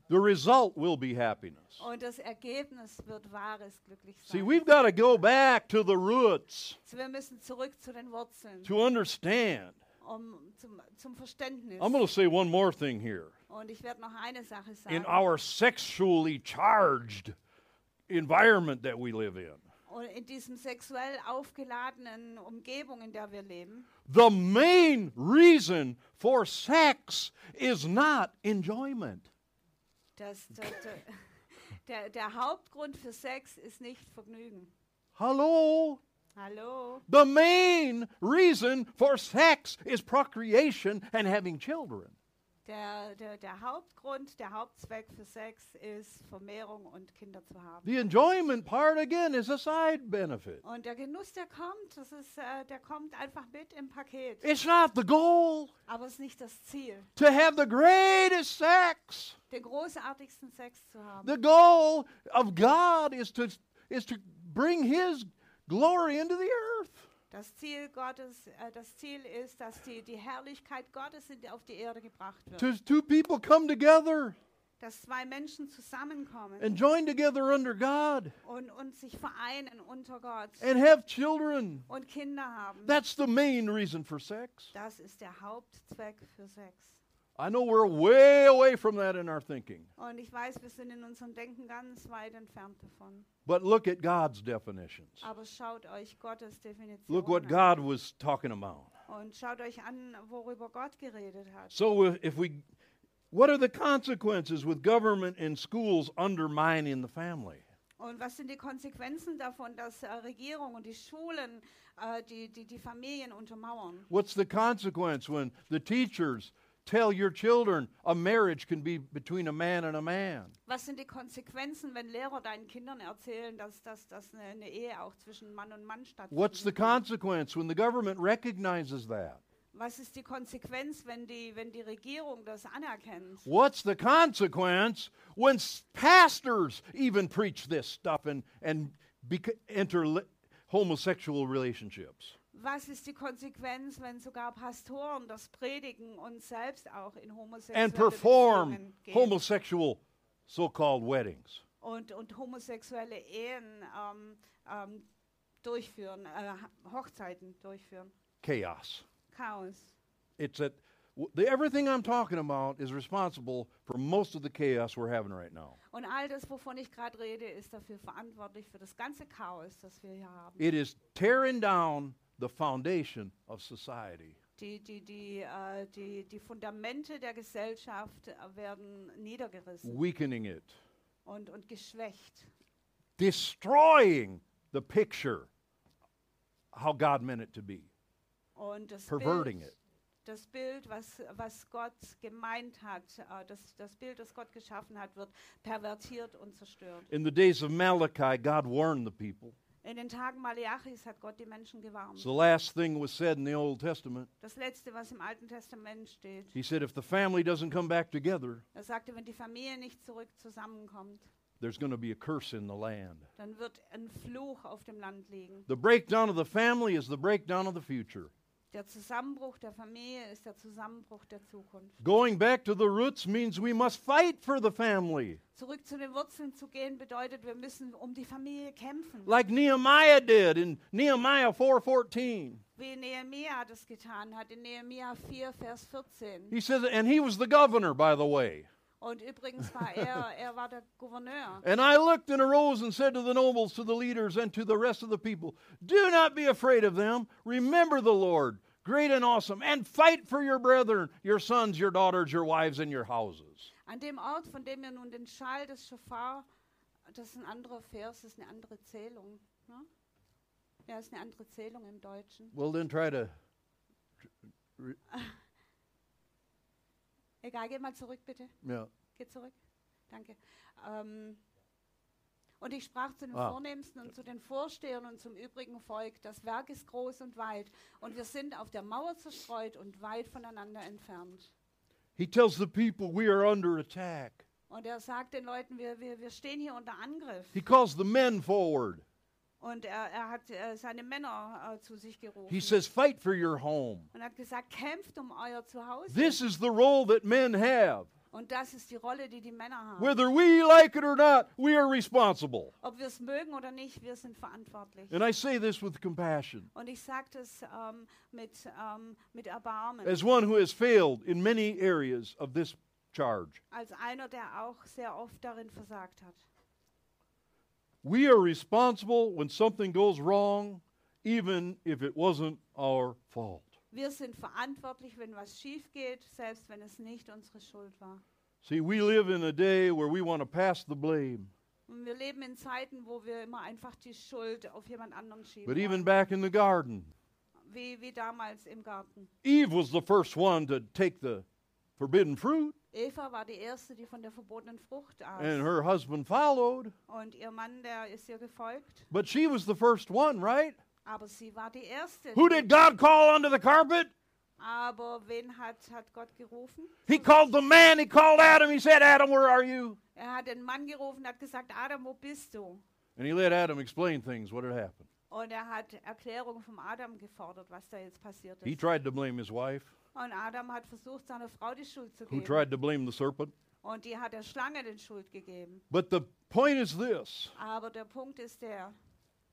Speaker 1: The result will be happiness.
Speaker 2: Und das Ergebnis wird wahres Glücklichsein.
Speaker 1: See, we've got to go back to the roots
Speaker 2: so Also wir müssen zurück zu den Wurzeln,
Speaker 1: to understand.
Speaker 2: um, zum, zum Verständnis.
Speaker 1: I'm going to say one more thing here.
Speaker 2: Und ich werde noch eine Sache
Speaker 1: in
Speaker 2: sagen.
Speaker 1: our sexually charged environment that we live in.
Speaker 2: Und in diesem sexuell aufgeladenen Umgebung, in der wir leben,
Speaker 1: The main reason for sex is not enjoyment.
Speaker 2: dass dass- dass- der, der Hauptgrund für Sex ist nicht Vergnügen.
Speaker 1: Hello?
Speaker 2: Hallo.
Speaker 1: The main reason for sex is procreation and having children.
Speaker 2: Der, der, der Hauptgrund, der Hauptzweck für Sex ist Vermehrung und Kinder zu haben.
Speaker 1: The enjoyment part, again, is a side benefit.
Speaker 2: Und der Genuss, der kommt, das ist, äh, der kommt einfach mit im Paket.
Speaker 1: It's not the goal
Speaker 2: Aber es ist nicht das Ziel,
Speaker 1: to have the greatest sex.
Speaker 2: den großartigsten Sex zu haben.
Speaker 1: The goal of God is to, is to bring His glory into the earth.
Speaker 2: Das Ziel Gottes, äh, das Ziel ist, dass die, die Herrlichkeit Gottes in, die- auf die Erde gebracht wird.
Speaker 1: To two people come together
Speaker 2: Dass zwei Menschen zusammenkommen
Speaker 1: and join together under God
Speaker 2: und, und sich vereinen unter Gott
Speaker 1: and have children.
Speaker 2: und Kinder haben.
Speaker 1: That's the main reason for sex.
Speaker 2: Das ist der Hauptzweck für Sex.
Speaker 1: I know we're way away from that in our thinking,
Speaker 2: Und ich weiß, wir sind in unserem Denken ganz weit entfernt davon.
Speaker 1: but look at God's definitions.
Speaker 2: Aber schaut euch Gottes Definition
Speaker 1: Look what
Speaker 2: an
Speaker 1: God was talking about.
Speaker 2: und schaut euch an, worüber Gott geredet hat.
Speaker 1: So if- if we, what are the consequences with government and schools undermining the family?
Speaker 2: Und was sind die Konsequenzen davon, dass äh, Regierung und die Schulen äh, die, die, die Familien untermauern?
Speaker 1: What's the consequence when the teachers tell your children a marriage can be between a man and a man?
Speaker 2: Was sind die Konsequenzen, wenn Lehrer deinen Kindern erzählen, dass, dass, dass eine, eine Ehe auch zwischen Mann und Mann stattfindet?
Speaker 1: What's the consequence when the government recognizes that?
Speaker 2: Was ist die Konsequenz, wenn die, wenn die Regierung das anerkennt?
Speaker 1: What's the consequence when s- pastors even preach this stuff and, and bec- enter li- homosexual relationships?
Speaker 2: Was ist die Konsequenz, wenn sogar Pastoren das predigen und selbst auch in homosexuelle
Speaker 1: And perform
Speaker 2: Beziehungen gehen
Speaker 1: homosexual so called weddings?
Speaker 2: und, und homosexuelle Ehen ähm, ähm, durchführen, äh, Hochzeiten durchführen?
Speaker 1: Chaos.
Speaker 2: Chaos.
Speaker 1: It's at w- the, everything I'm talking about is responsible for most of the chaos we're having right now.
Speaker 2: Und all das, wovon ich gerade rede, ist dafür verantwortlich für das ganze Chaos, das wir hier haben.
Speaker 1: It is tearing down the foundation of society.
Speaker 2: Die, die, die, äh, die, die Fundamente der Gesellschaft äh, werden niedergerissen
Speaker 1: weakening it,
Speaker 2: und, und geschwächt.
Speaker 1: destroying the picture how God meant it to be.
Speaker 2: Und das
Speaker 1: Perverting
Speaker 2: Bild,
Speaker 1: it.
Speaker 2: das Bild, was, was Gott gemeint hat, äh, das, das Bild, das Gott geschaffen hat, wird pervertiert und zerstört.
Speaker 1: In the days of Malachi, God warned the people.
Speaker 2: In den Tagen Malachis hat Gott die Menschen gewarnt.
Speaker 1: It's the last thing was said in the Old Testament.
Speaker 2: Das Letzte, was im Alten Testament steht.
Speaker 1: He said, if the family doesn't come back together,
Speaker 2: Er sagte, wenn die Familie nicht zurück zusammenkommt,
Speaker 1: there's going to be a curse in the land.
Speaker 2: dann wird ein Fluch auf dem Land liegen.
Speaker 1: The breakdown of the family is the breakdown of the future.
Speaker 2: Der Zusammenbruch der Familie ist der Zusammenbruch der Zukunft.
Speaker 1: Going back to the roots means we must fight for the family,
Speaker 2: Zurück zu den Wurzeln zu gehen bedeutet, wir müssen um die Familie kämpfen.
Speaker 1: like Nehemiah did in Nehemiah 4:14.
Speaker 2: Wie Nehemia das getan hat in Nehemia 4, Vers 14.
Speaker 1: He says, and he was the governor, by the way.
Speaker 2: Und übrigens war er, er war der Gouverneur.
Speaker 1: And I looked and arose and said to the nobles, to the leaders, and to the rest of the people, Do not be afraid of them. Remember the Lord, great and awesome, and fight for your brethren, your sons, your daughters, your wives, and your houses.
Speaker 2: An dem Ort, von dem ihr nun den Schall des Schofar, das ist ein anderer Vers, das ist eine andere Zählung. Ne? Ja, ist eine andere Zählung im Deutschen.
Speaker 1: Well, then try to.
Speaker 2: Egal, geh mal zurück bitte.
Speaker 1: Yeah.
Speaker 2: Geh zurück. Danke. Ähm, und ich sprach zu den
Speaker 1: Ah.
Speaker 2: Vornehmsten und zu den Vorstehern und zum übrigen Volk, das Werk ist groß und weit, und wir sind auf der Mauer zerstreut und weit voneinander entfernt.
Speaker 1: He tells the people, We are under attack.
Speaker 2: Und er sagt den Leuten, wir, wir, wir stehen hier unter Angriff.
Speaker 1: He calls the men forward.
Speaker 2: Und er, er hat äh, seine Männer äh, zu sich gerufen
Speaker 1: He says, Fight for your home.
Speaker 2: und hat gesagt, kämpft um euer Zuhause.
Speaker 1: This is the role that men have.
Speaker 2: und das ist die Rolle, die die Männer haben.
Speaker 1: Whether we like it or not, we are responsible.
Speaker 2: Ob wir es mögen oder nicht, wir sind verantwortlich.
Speaker 1: And I say this with compassion.
Speaker 2: Und ich sage das ähm, mit, ähm, mit Erbarmen.
Speaker 1: as one who has failed in many areas of this charge.
Speaker 2: als einer, der auch sehr oft darin versagt hat.
Speaker 1: We are responsible when something goes wrong, even if it wasn't our fault.
Speaker 2: Wir sind verantwortlich, wenn was schief geht, selbst wenn es nicht unsere Schuld war.
Speaker 1: See, we live in a day where we want to pass the blame.
Speaker 2: Und wir leben in Zeiten, wo wir immer einfach die Schuld auf jemand anderen schieben.
Speaker 1: But even
Speaker 2: wollen.
Speaker 1: back in the garden,
Speaker 2: Wie, wie damals im Garten.
Speaker 1: Eve was the first one to take the forbidden fruit,
Speaker 2: Eva war die erste, die von der verbotenen Frucht
Speaker 1: and
Speaker 2: aß.
Speaker 1: her husband followed.
Speaker 2: Und ihr Mann, der ist ihr gefolgt.
Speaker 1: But she was the first one, right?
Speaker 2: Aber sie war die erste.
Speaker 1: Who did God call onto the carpet?
Speaker 2: Aber wen hat, hat Gott gerufen?
Speaker 1: He called the man, he called Adam, he said, Adam, where are you?
Speaker 2: Er hat den Mann gerufen, hat gesagt, Adam, wo bist du?
Speaker 1: And he let Adam explain things, what had happened.
Speaker 2: Und er hat Erklärung vom Adam gefordert, was da jetzt passiert
Speaker 1: He
Speaker 2: ist.
Speaker 1: tried to blame his wife,
Speaker 2: Und Adam hat versucht, seiner Frau die Schuld zu
Speaker 1: who
Speaker 2: geben.
Speaker 1: tried to blame the serpent.
Speaker 2: Und die hat der Schlange den Schuld gegeben.
Speaker 1: But the point is this
Speaker 2: Aber der Punkt ist der,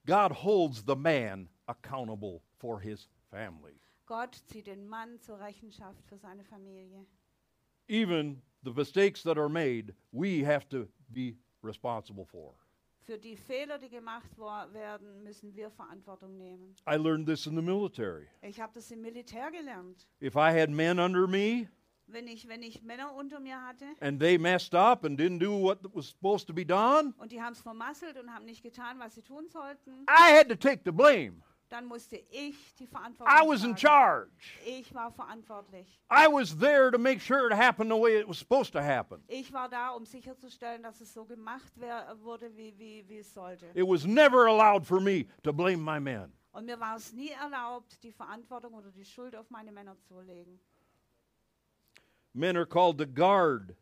Speaker 1: God holds the man accountable for his family.
Speaker 2: Gott zieht den Mann zur Rechenschaft für seine Familie.
Speaker 1: Even the mistakes that are made, we have to be responsible for.
Speaker 2: Für die Fehler, die gemacht wo- werden, müssen wir Verantwortung nehmen.
Speaker 1: I learned this in the military.
Speaker 2: Ich habe das im Militär gelernt.
Speaker 1: If I had men under me
Speaker 2: Wenn ich, wenn ich Männer unter mir hatte
Speaker 1: and they messed up and didn't do what was supposed to be done,
Speaker 2: und die haben es vermasselt und haben nicht getan, was sie tun sollten,
Speaker 1: I had to take the blame.
Speaker 2: dann musste ich die Verantwortung
Speaker 1: I was in
Speaker 2: tragen.
Speaker 1: charge.
Speaker 2: Ich war verantwortlich.
Speaker 1: I was there to make sure it happened the way it was supposed to happen.
Speaker 2: Ich war da, um sicherzustellen, dass es so gemacht wer- wurde, wie, wie, wie es sollte.
Speaker 1: It was never allowed for me to blame my men.
Speaker 2: Und mir war es nie erlaubt, die Verantwortung oder die Schuld auf meine Männer zu legen.
Speaker 1: Men are called to guard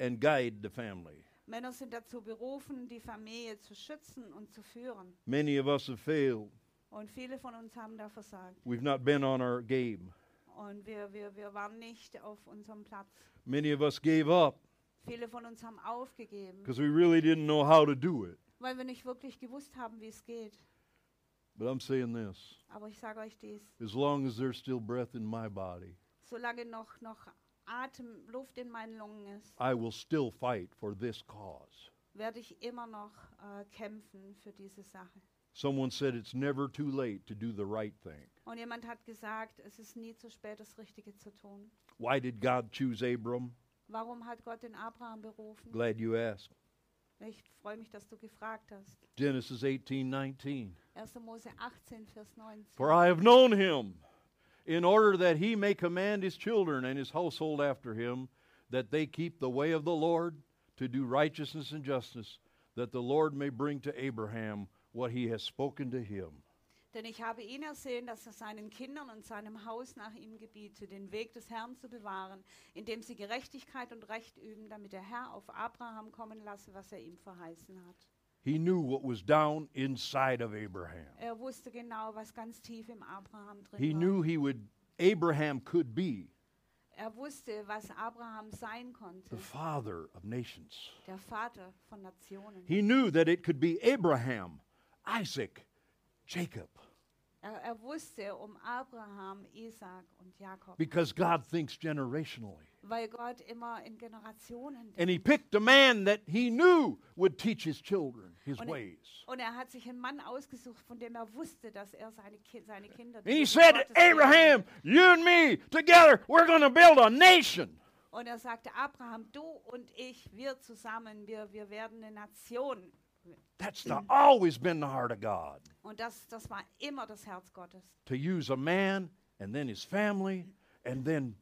Speaker 1: and guide the family.
Speaker 2: Männer sind dazu berufen, die Familie zu schützen und zu führen.
Speaker 1: Many of us have failed.
Speaker 2: Und viele von uns haben da versagt.
Speaker 1: We've not been on our game.
Speaker 2: Und wir, wir, wir waren nicht auf unserem Platz.
Speaker 1: Many of us gave up
Speaker 2: Viele von uns haben aufgegeben,
Speaker 1: because we really didn't know how to do it.
Speaker 2: weil wir nicht wirklich gewusst haben, wie es geht.
Speaker 1: But I'm saying this
Speaker 2: Aber ich sage euch dies,
Speaker 1: as long as there's still breath in my body,
Speaker 2: solange noch, noch Atem, Luft in meinen Lungen ist,
Speaker 1: I will still fight for this cause.
Speaker 2: werde ich immer noch äh, kämpfen für diese Sache.
Speaker 1: Someone said it's never too late to do the right thing.
Speaker 2: Und jemand hat gesagt, es ist nie zu spät, das Richtige zu tun.
Speaker 1: Why did God choose Abram?
Speaker 2: Warum hat Gott den Abraham berufen?
Speaker 1: Glad you asked.
Speaker 2: Ich freue mich, dass du gefragt hast.
Speaker 1: Genesis 18 19.
Speaker 2: 1. Mose 18, Vers 19.
Speaker 1: For I have known him, in order that he may command his children and his household after him, that they keep the way of the Lord to do righteousness and justice, that the Lord may bring to Abraham what he has spoken to him.
Speaker 2: Denn ich habe ihn ersehen, dass er seinen Kindern und seinem Haus nach ihm gebiete, den Weg des Herrn zu bewahren, indem sie Gerechtigkeit und Recht üben, damit der Herr auf Abraham kommen lasse, was er ihm verheißen hat.
Speaker 1: He knew what was down inside of Abraham.
Speaker 2: Er wusste genau, was ganz tief im Abraham drin
Speaker 1: He
Speaker 2: war.
Speaker 1: knew he would Abraham could be
Speaker 2: Er wusste, was Abraham sein konnte,
Speaker 1: the father of nations.
Speaker 2: der Vater von Nationen.
Speaker 1: He knew that it could be Abraham, Isaac, Jacob,
Speaker 2: Er, er wusste um Abraham, Isaac und Jakob,
Speaker 1: because God thinks generationally.
Speaker 2: weil Gott immer in Generationen denkt.
Speaker 1: And he picked a man that he knew would teach his children his
Speaker 2: Und-
Speaker 1: ways.
Speaker 2: Und er hat sich einen Mann ausgesucht, von dem er wusste, dass er seine, Ki seine Kinder.
Speaker 1: And he
Speaker 2: diesen
Speaker 1: said,
Speaker 2: Gottes-
Speaker 1: Abraham, you and me together, we're going to build a nation.
Speaker 2: Und er sagte, Abraham, du und ich, wir zusammen, wir, wir werden eine Nation.
Speaker 1: That's the, always been the heart of God
Speaker 2: Und das, das war immer das Herz Gottes.
Speaker 1: to use a man and then his family and then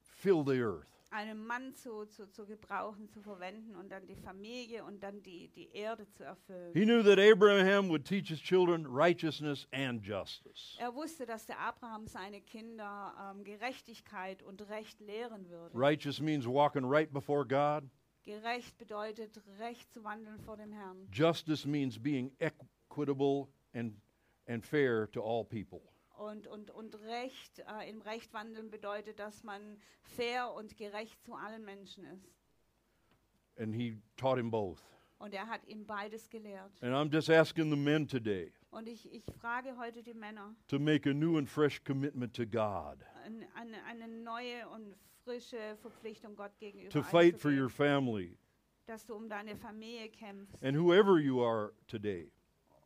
Speaker 1: fill the earth.
Speaker 2: Einen Mann zu, zu, zu gebrauchen, zu verwenden und dann die Familie und dann die, die Erde zu erfüllen.
Speaker 1: He knew that Abraham would teach his children righteousness and justice.
Speaker 2: Er wusste, dass der Abraham seine Kinder ähm, Gerechtigkeit und Recht lehren würde.
Speaker 1: Righteous means walking right before God.
Speaker 2: Gerecht bedeutet, recht zu wandeln vor dem Herrn.
Speaker 1: Justice means being equitable and, and fair to all people.
Speaker 2: Und, und, und Recht, äh, im Recht wandeln bedeutet, dass man fair und gerecht zu allen Menschen ist.
Speaker 1: and he taught him both.
Speaker 2: Und er hat ihm beides gelehrt.
Speaker 1: And I'm just asking the men today
Speaker 2: Und ich, ich frage heute die Männer,
Speaker 1: to make a new and fresh commitment to God,
Speaker 2: an, an, eine neue und frische Verpflichtung Gott gegenüber
Speaker 1: to fight for
Speaker 2: einzugehen,
Speaker 1: your family,
Speaker 2: dass du um deine Familie kämpfst.
Speaker 1: and whoever you are today,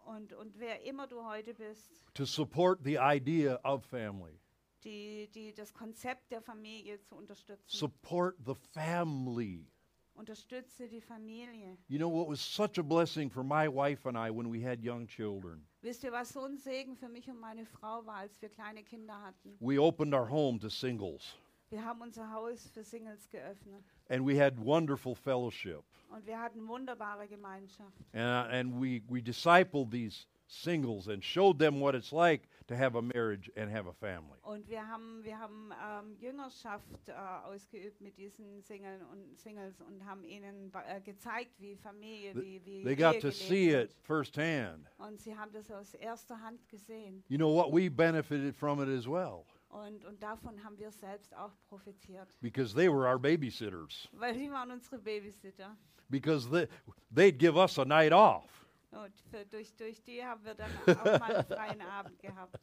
Speaker 2: Und, und wer immer du heute bist,
Speaker 1: to support the idea of family.
Speaker 2: die, die das Konzept der Familie zu unterstützen.
Speaker 1: Support the family.
Speaker 2: Unterstütze die Familie.
Speaker 1: You know what was such a blessing for my wife and I when we had young children?
Speaker 2: Wisst ihr, was so ein Segen für mich und meine Frau war, als wir kleine Kinder hatten?
Speaker 1: We opened our home to singles
Speaker 2: Wir haben unser Haus für Singles geöffnet
Speaker 1: and we had wonderful fellowship.
Speaker 2: und wir hatten wunderbare Gemeinschaft.
Speaker 1: And, uh, and we, we discipled these singles and showed them what it's like to have a marriage and have a family.
Speaker 2: Und wir haben, wir haben ähm, Jüngerschaft äh, ausgeübt mit diesen Singeln und Singles und haben ihnen ba- äh, gezeigt, wie Familie, wie, wie
Speaker 1: They
Speaker 2: Ehe
Speaker 1: got to
Speaker 2: gelebt
Speaker 1: see
Speaker 2: wird.
Speaker 1: it firsthand.
Speaker 2: Und sie haben das aus erster Hand gesehen.
Speaker 1: You know what? We benefited from it as well
Speaker 2: Und, und davon haben wir selbst auch profitiert.
Speaker 1: because they were our babysitters,
Speaker 2: Weil die waren unsere Babysitter.
Speaker 1: because they, they'd give us a night off.
Speaker 2: Und für, durch, durch die haben wir dann auch mal einen freien Abend gehabt.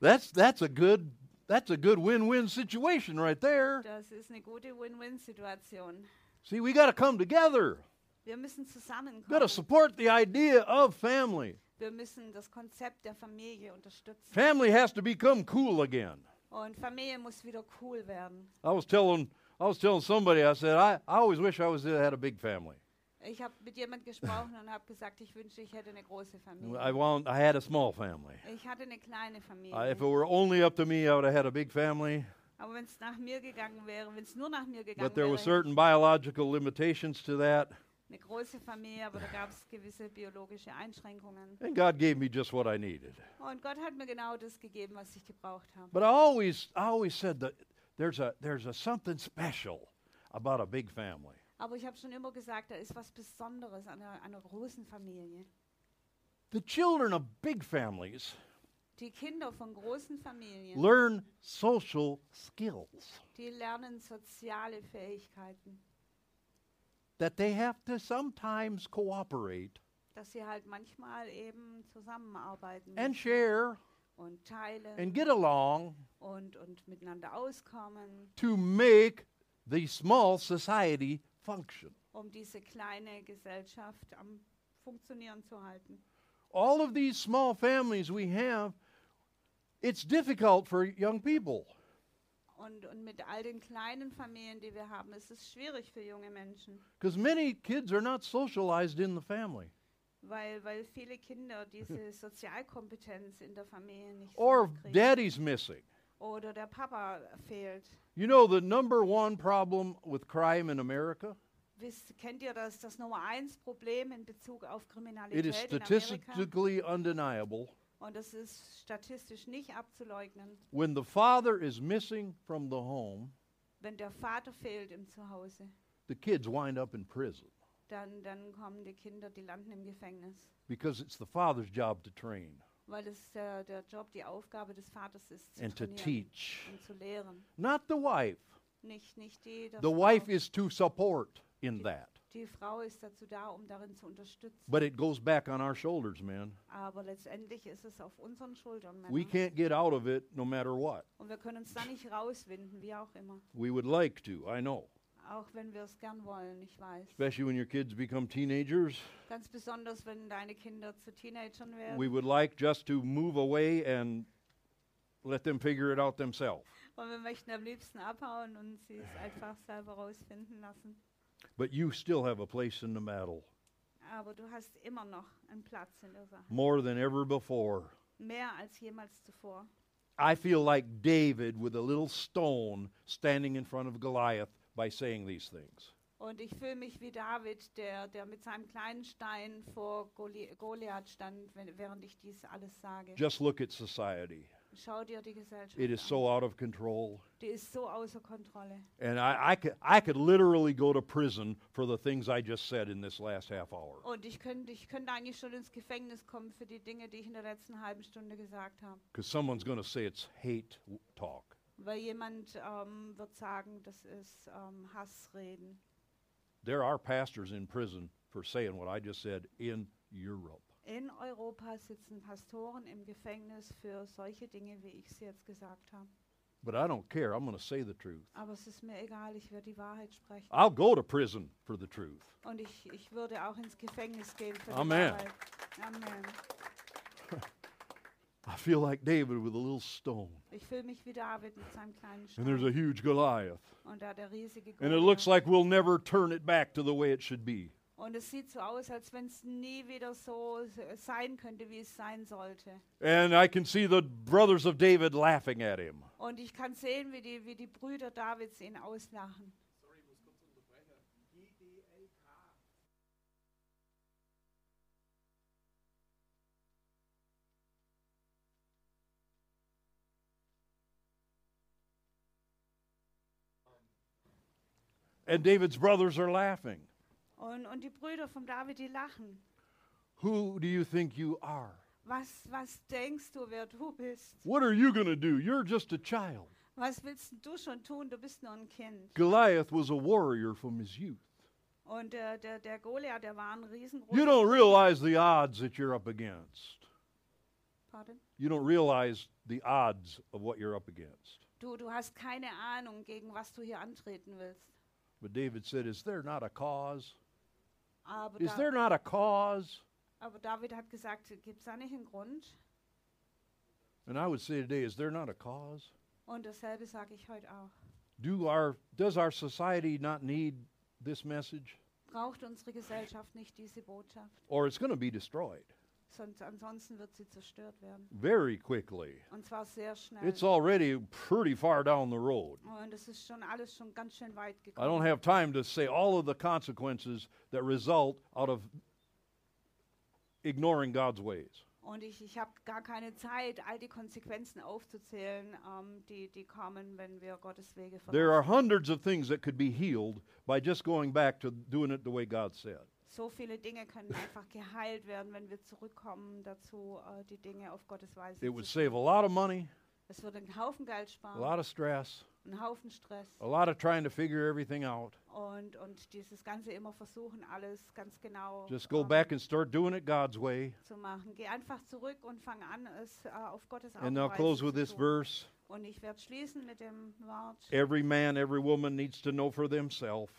Speaker 1: That's, that's, a good, that's a good win win situation right there.
Speaker 2: Das ist eine gute Win-Win-Situation.
Speaker 1: See, we got to come together.
Speaker 2: Wir müssen
Speaker 1: Got to
Speaker 2: zusammenkommen.
Speaker 1: support the idea of family.
Speaker 2: Wir müssen das Konzept der Familie unterstützen.
Speaker 1: Family has to become cool again.
Speaker 2: Und Familie muss wieder cool werden.
Speaker 1: I was telling I was telling somebody I said I, I always wish I was uh, had a big family.
Speaker 2: Ich habe mit jemand gesprochen und habe gesagt, ich wünschte, ich hätte eine große
Speaker 1: I
Speaker 2: Familie.
Speaker 1: wound, I had a small family.
Speaker 2: Ich hatte eine kleine
Speaker 1: I, if it
Speaker 2: Familie.
Speaker 1: were only up to me, I would have had a big family.
Speaker 2: Aber wenn es nach mir gegangen wäre, wenn es nur nach mir gegangen
Speaker 1: But there were
Speaker 2: wäre,
Speaker 1: certain biological limitations to that,
Speaker 2: eine große Familie, aber da gab es gewisse biologische Einschränkungen.
Speaker 1: and God gave me just what I needed.
Speaker 2: Und Gott hat mir genau das gegeben, was ich gebraucht habe.
Speaker 1: But I always I always said that there's a there's a something special about a big family.
Speaker 2: Aber ich habe schon immer gesagt, da ist was Besonderes an einer, einer großen Familie.
Speaker 1: The children of big families
Speaker 2: Die Kinder von großen Familien,
Speaker 1: learn social skills
Speaker 2: die lernen soziale Fähigkeiten,
Speaker 1: that they have to sometimes cooperate
Speaker 2: dass sie halt manchmal eben zusammenarbeiten
Speaker 1: and share
Speaker 2: und teilen
Speaker 1: and get along
Speaker 2: und, und miteinander auskommen,
Speaker 1: to make the small society function.
Speaker 2: um diese kleine Gesellschaft am Funktionieren zu halten.
Speaker 1: All of these small families we have, it's difficult for young people.
Speaker 2: Und, und mit all den kleinen Familien, die wir haben, ist es schwierig für junge Menschen,
Speaker 1: Because many kids are not socialized in the family,
Speaker 2: weil, weil viele Kinder diese Sozialkompetenz in der Familie nicht so
Speaker 1: or
Speaker 2: kriegen.
Speaker 1: daddy's missing.
Speaker 2: oder der Papa fehlt.
Speaker 1: You know, the number one problem with crime in America?
Speaker 2: Wisst, kennt ihr das, das Nummer eins Problem in Bezug auf
Speaker 1: It is
Speaker 2: Kriminalität in Amerika?
Speaker 1: statistically undeniable.
Speaker 2: Und das ist statistisch nicht abzuleugnen,
Speaker 1: When the father is missing from the home,
Speaker 2: wenn der Vater fehlt im Zuhause.
Speaker 1: the kids wind up in prison
Speaker 2: dann, dann kommen die Kinder, die landen im Gefängnis.
Speaker 1: because it's the father's job to train
Speaker 2: Weil es der, der Job, die Aufgabe des Vaters ist, zu
Speaker 1: and to
Speaker 2: trainieren
Speaker 1: teach,
Speaker 2: und zu lehren.
Speaker 1: not the wife.
Speaker 2: Nicht, nicht die, der
Speaker 1: The
Speaker 2: Frau.
Speaker 1: wife is to support in that.
Speaker 2: die Frau ist dazu da, um darin zu unterstützen.
Speaker 1: But it goes back on our shoulders, man.
Speaker 2: Aber letztendlich ist es auf unseren Schultern,
Speaker 1: We
Speaker 2: Männer.
Speaker 1: can't get out of it no matter what.
Speaker 2: Und wir können uns da nicht rauswinden, wie auch immer.
Speaker 1: We would like to, I know.
Speaker 2: Auch wenn wir es gern wollen, ich weiß.
Speaker 1: Especially when your kids become teenagers.
Speaker 2: Ganz besonders, wenn deine Kinder zu Teenagern werden.
Speaker 1: We would like just to move away and let them figure it out themselves.
Speaker 2: Und wir möchten am liebsten abhauen und sie es einfach selber rausfinden lassen.
Speaker 1: But you still have a place in the battle
Speaker 2: Aber du hast immer noch einen Platz in der Sache.
Speaker 1: more than ever before.
Speaker 2: Mehr als jemals zuvor.
Speaker 1: I feel like David with a little stone standing in front of Goliath by saying these things.
Speaker 2: Und ich fühle mich wie David, der, der mit seinem kleinen Stein vor Goli Goliath stand, wenn, während ich dies alles sage.
Speaker 1: Just look at society.
Speaker 2: Schau dir die Gesellschaft
Speaker 1: It is
Speaker 2: an.
Speaker 1: so out of control.
Speaker 2: Die ist so außer Kontrolle.
Speaker 1: And I, I, could, I could literally go to prison for the things I just said in this last half hour
Speaker 2: Und ich könnte ich könnte eigentlich schon ins Gefängnis kommen für die Dinge, die ich in der letzten halben Stunde gesagt habe.
Speaker 1: because someone's going to say it's hate w- talk.
Speaker 2: Weil jemand ähm, wird sagen, das ist ähm, Hassreden.
Speaker 1: There are pastors in prison for saying what I just said in Europe.
Speaker 2: In Europa sitzen Pastoren im Gefängnis für solche Dinge, wie ich sie jetzt gesagt habe.
Speaker 1: But I don't care. I'm going to say the truth.
Speaker 2: Aber es ist mir egal, ich werde die Wahrheit sprechen.
Speaker 1: I'll go to prison for the truth.
Speaker 2: Und ich, ich würde auch ins Gefängnis gehen für
Speaker 1: Amen.
Speaker 2: die Wahrheit. Amen.
Speaker 1: I feel like David with a little stone.
Speaker 2: Ich fühle mich wie David mit seinem kleinen
Speaker 1: And there's
Speaker 2: Stein
Speaker 1: a huge Goliath.
Speaker 2: und da der riesige
Speaker 1: And it looks
Speaker 2: Goliath.
Speaker 1: like we'll never turn it back to the way it should be.
Speaker 2: Und es sieht so aus, als wenn es nie wieder so s- sein könnte, wie es sein sollte.
Speaker 1: And I can see the brothers of David laughing at him.
Speaker 2: Und ich kann sehen, wie die, wie die Brüder Davids ihn auslachen.
Speaker 1: And David's brothers are laughing.
Speaker 2: Und, und die Brüder von David, die lachen.
Speaker 1: Who do you think you are?
Speaker 2: Was, was denkst du, wer du bist?
Speaker 1: What are you going to do? You're just a child.
Speaker 2: Was willst denn du schon tun? Du bist nur ein Kind.
Speaker 1: Goliath was a warrior from his youth.
Speaker 2: Und äh, der, der Goliath, der war ein riesengroßer...
Speaker 1: You don't realize the odds that you're up against.
Speaker 2: Pardon?
Speaker 1: You don't realize the odds of what you're up against.
Speaker 2: Du, du hast keine Ahnung, gegen was du hier antreten willst.
Speaker 1: But David said, Is there not a cause?
Speaker 2: Aber,
Speaker 1: Is
Speaker 2: da,
Speaker 1: there not a cause?
Speaker 2: aber David hat gesagt, gibt es da nicht einen Grund?
Speaker 1: And I would say today, Is there not a cause?
Speaker 2: Und dasselbe sage ich heute auch.
Speaker 1: Do our, does our society not need this message?
Speaker 2: Braucht unsere Gesellschaft nicht diese Botschaft,
Speaker 1: Or it's going to be destroyed
Speaker 2: sonst ansonsten wird sie zerstört werden.
Speaker 1: very quickly.
Speaker 2: Und zwar sehr schnell.
Speaker 1: It's already pretty far down the road.
Speaker 2: Und es ist schon alles schon ganz schön weit
Speaker 1: I don't
Speaker 2: gekommen.
Speaker 1: have time to say all of the consequences that result out of ignoring God's ways.
Speaker 2: Und ich, ich habe gar keine Zeit, all die Konsequenzen aufzuzählen, ähm, die, die kommen, wenn wir Gottes Wege
Speaker 1: There are
Speaker 2: verlassen.
Speaker 1: hundreds of things that could be healed by just going back to doing it the way God said.
Speaker 2: So viele Dinge können einfach geheilt werden, wenn wir zurückkommen dazu, äh, die Dinge auf Gottes Weise
Speaker 1: It
Speaker 2: zu
Speaker 1: would save a lot of money,
Speaker 2: Es wird einen Haufen Geld
Speaker 1: a
Speaker 2: sparen,
Speaker 1: lot of stress,
Speaker 2: einen Haufen Stress
Speaker 1: a lot of trying to figure everything out.
Speaker 2: und, und dieses Ganze immer versuchen, alles ganz genau
Speaker 1: Just go
Speaker 2: ähm,
Speaker 1: back and start doing it God's way.
Speaker 2: zu machen. Geh einfach zurück und fang an, es äh, auf Gottes Art
Speaker 1: And
Speaker 2: und
Speaker 1: I'll
Speaker 2: Weise
Speaker 1: close
Speaker 2: zu
Speaker 1: with this
Speaker 2: tun.
Speaker 1: verse.
Speaker 2: Und ich werde schließen mit dem Wort,
Speaker 1: Every man, every woman needs to know for themselves.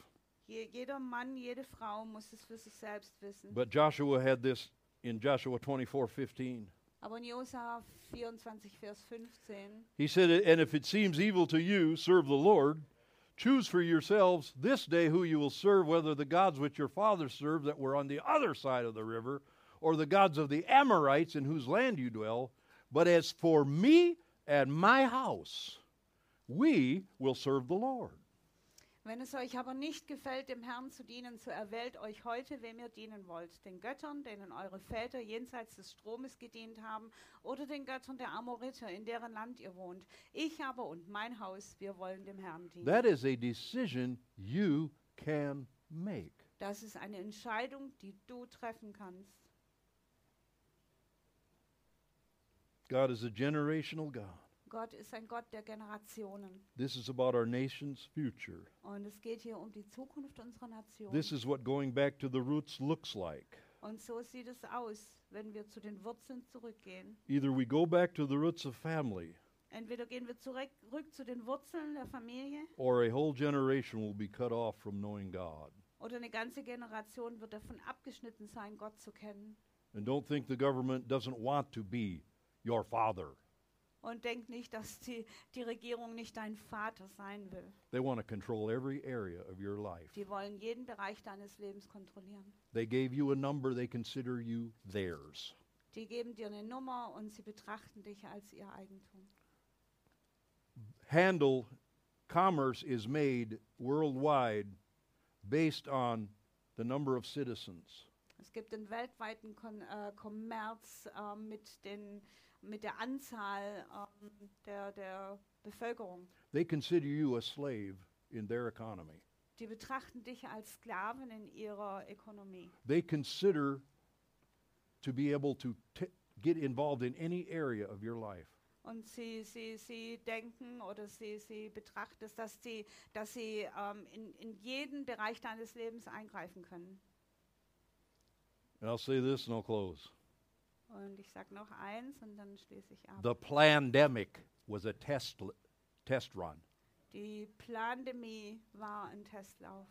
Speaker 2: Je, jeder Mann, jede Frau muss es für sich selbst wissen.
Speaker 1: But Joshua had this in Joshua 24:15.
Speaker 2: Aber in Josua 24, Vers 15,
Speaker 1: He said, "And if it seems evil to you, serve the Lord. Choose for yourselves this day who you will serve, whether the gods which your fathers served that were on the other side of the river, or the gods of the Amorites in whose land you dwell. But as for me and my house, we will serve the Lord."
Speaker 2: Wenn es euch aber nicht gefällt, dem Herrn zu dienen, so erwählt euch heute, wem ihr dienen wollt. Den Göttern, denen eure Väter jenseits des Stromes gedient haben, oder den Göttern der Amoriter, in deren Land ihr wohnt. Ich aber und mein Haus, wir wollen dem Herrn dienen.
Speaker 1: That is a decision you can make.
Speaker 2: Das ist eine Entscheidung, die du treffen kannst.
Speaker 1: God is a generational God.
Speaker 2: Gott ist ein Gott der Generationen.
Speaker 1: This is about our nation's future.
Speaker 2: Und es geht hier um die Zukunft unserer Nation.
Speaker 1: This is what going back to the roots looks like.
Speaker 2: Und so sieht es aus, wenn wir zu den Wurzeln zurückgehen.
Speaker 1: Either we go back to the roots of family,
Speaker 2: Entweder gehen wir zurück, zurück zu den Wurzeln der Familie
Speaker 1: or a whole generation will be cut off from knowing God.
Speaker 2: oder eine ganze Generation wird davon abgeschnitten sein, Gott zu kennen.
Speaker 1: And don't think the government doesn't want to be your father.
Speaker 2: Und denk nicht, dass die, die Regierung nicht dein Vater sein will.
Speaker 1: They want to control every area of your life.
Speaker 2: Die wollen jeden Bereich deines Lebens kontrollieren.
Speaker 1: They gave you a number, they consider you theirs.
Speaker 2: Die geben dir eine Nummer und sie betrachten dich als ihr Eigentum.
Speaker 1: handle commerce is made worldwide based on the number of citizens.
Speaker 2: Es gibt den weltweiten Kon äh, Kommerz äh, mit, den, mit der Anzahl ähm, der, der Bevölkerung.
Speaker 1: They consider you a slave in their economy.
Speaker 2: Die betrachten dich als Sklaven in ihrer Ökonomie.
Speaker 1: They consider to be able to t- get involved in any area of your life.
Speaker 2: Und sie, sie, sie denken oder sie, sie betrachten es, dass sie, dass sie ähm, in, in jeden Bereich deines Lebens eingreifen können.
Speaker 1: And I'll say this and I'll close.
Speaker 2: Und ich sage noch eins und dann schließe ich ab.
Speaker 1: The pandemic was a test l- test run.
Speaker 2: Die Plandemie war ein Testlauf.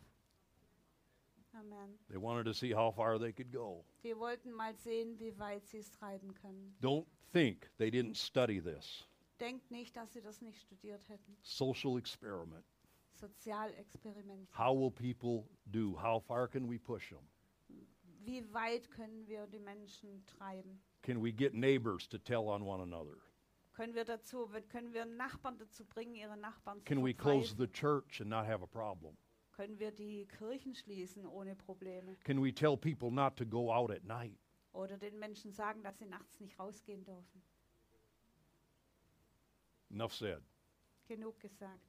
Speaker 2: Amen.
Speaker 1: They wanted to see how far they could go.
Speaker 2: Die wollten mal sehen, wie weit sie es treiben können.
Speaker 1: Don't think they didn't study this.
Speaker 2: Denkt nicht, dass sie das nicht studiert hätten.
Speaker 1: Social experiment.
Speaker 2: Sozialexperiment.
Speaker 1: How will people do? How far can we push them?
Speaker 2: Wie weit können wir die Menschen treiben?
Speaker 1: Can we get neighbors to tell on one another?
Speaker 2: Können wir dazu, können wir Nachbarn dazu bringen, ihre Nachbarn zu
Speaker 1: Can we close
Speaker 2: verpfeifen?
Speaker 1: the church and not have a problem?
Speaker 2: Können wir die Kirchen schließen ohne Probleme?
Speaker 1: Can we tell people not to go out at night?
Speaker 2: Oder den Menschen sagen, dass sie nachts nicht rausgehen dürfen?
Speaker 1: Enough said.
Speaker 2: Genug gesagt.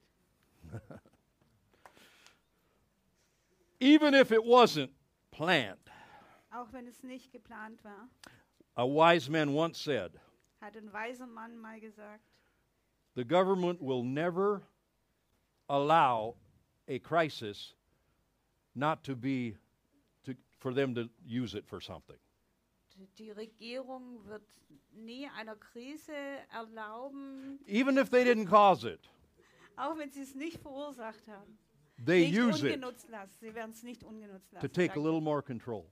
Speaker 1: Even if it wasn't planned,
Speaker 2: Auch wenn es nicht geplant war,
Speaker 1: a wise man once said,
Speaker 2: hat ein weiser Mann mal gesagt,
Speaker 1: the government will never allow a crisis not to be to, for them to use it for something.
Speaker 2: "D- die Regierung wird nie einer Krise erlauben,
Speaker 1: Even if they didn't cause it,
Speaker 2: auch wenn sie es nicht verursacht haben.
Speaker 1: they
Speaker 2: nicht
Speaker 1: use it
Speaker 2: ungenutzt lassen. Sie werden es nicht ungenutzt lassen.
Speaker 1: to take a
Speaker 2: danke.
Speaker 1: little more control.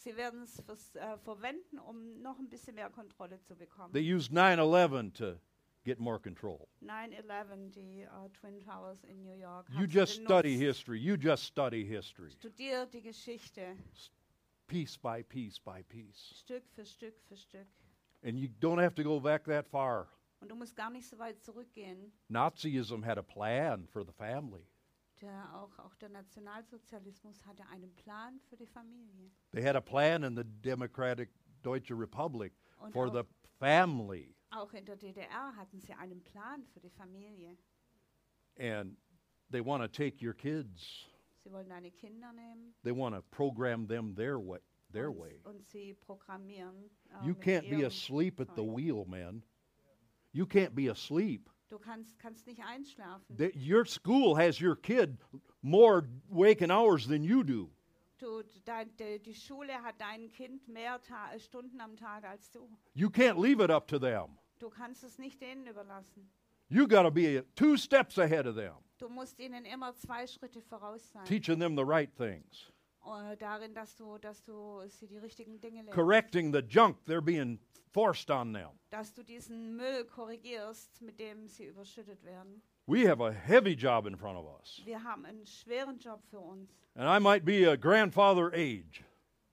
Speaker 2: Sie werden es vers- äh, verwenden, um noch ein bisschen mehr Kontrolle zu bekommen.
Speaker 1: They used 9 11 to get more control.
Speaker 2: 9-11, die äh, Twin Towers in New York.
Speaker 1: You
Speaker 2: haben sie
Speaker 1: just study
Speaker 2: benutzt.
Speaker 1: history. You just study history,
Speaker 2: Studier die Geschichte
Speaker 1: piece by piece by piece.
Speaker 2: Stück für Stück für Stück.
Speaker 1: And you don't have to go back that far.
Speaker 2: Und du musst gar nicht so weit zurückgehen.
Speaker 1: Nazism had a plan for the family.
Speaker 2: Der, auch, auch der Nationalsozialismus hatte einen Plan für die Familie.
Speaker 1: They had a plan in the Democratic Deutsche Republik
Speaker 2: Und
Speaker 1: for
Speaker 2: auch-
Speaker 1: the family.
Speaker 2: Auch in der DDR hatten sie einen Plan für die Familie.
Speaker 1: And they want to take your kids,
Speaker 2: Sie wollen deine Kinder nehmen
Speaker 1: they want to program them their way. Their
Speaker 2: und,
Speaker 1: way.
Speaker 2: und sie programmieren. äh,
Speaker 1: You
Speaker 2: mit
Speaker 1: can't be
Speaker 2: ihrem-
Speaker 1: asleep at the
Speaker 2: Sorry.
Speaker 1: wheel, man. You can't be asleep.
Speaker 2: Du kannst, kannst nicht einschlafen.
Speaker 1: That your school has your kid more waking hours than you do.
Speaker 2: Du, dein, de, die Schule hat dein Kind mehr Ta äh, Stunden am Tag als du.
Speaker 1: You can't leave it up to them.
Speaker 2: Du kannst es nicht denen überlassen.
Speaker 1: You got to be two steps ahead of them,
Speaker 2: Du musst ihnen immer zwei Schritte voraus sein.
Speaker 1: teaching them the right things,
Speaker 2: Äh, darin, dass du, dass du sie die richtigen Dinge lehrst.
Speaker 1: correcting the junk they're being forced on them.
Speaker 2: Dass du diesen Müll korrigierst, mit dem sie überschüttet werden.
Speaker 1: We have a heavy job in front of us.
Speaker 2: Wir haben einen schweren Job für uns.
Speaker 1: And I might be a grandfather age,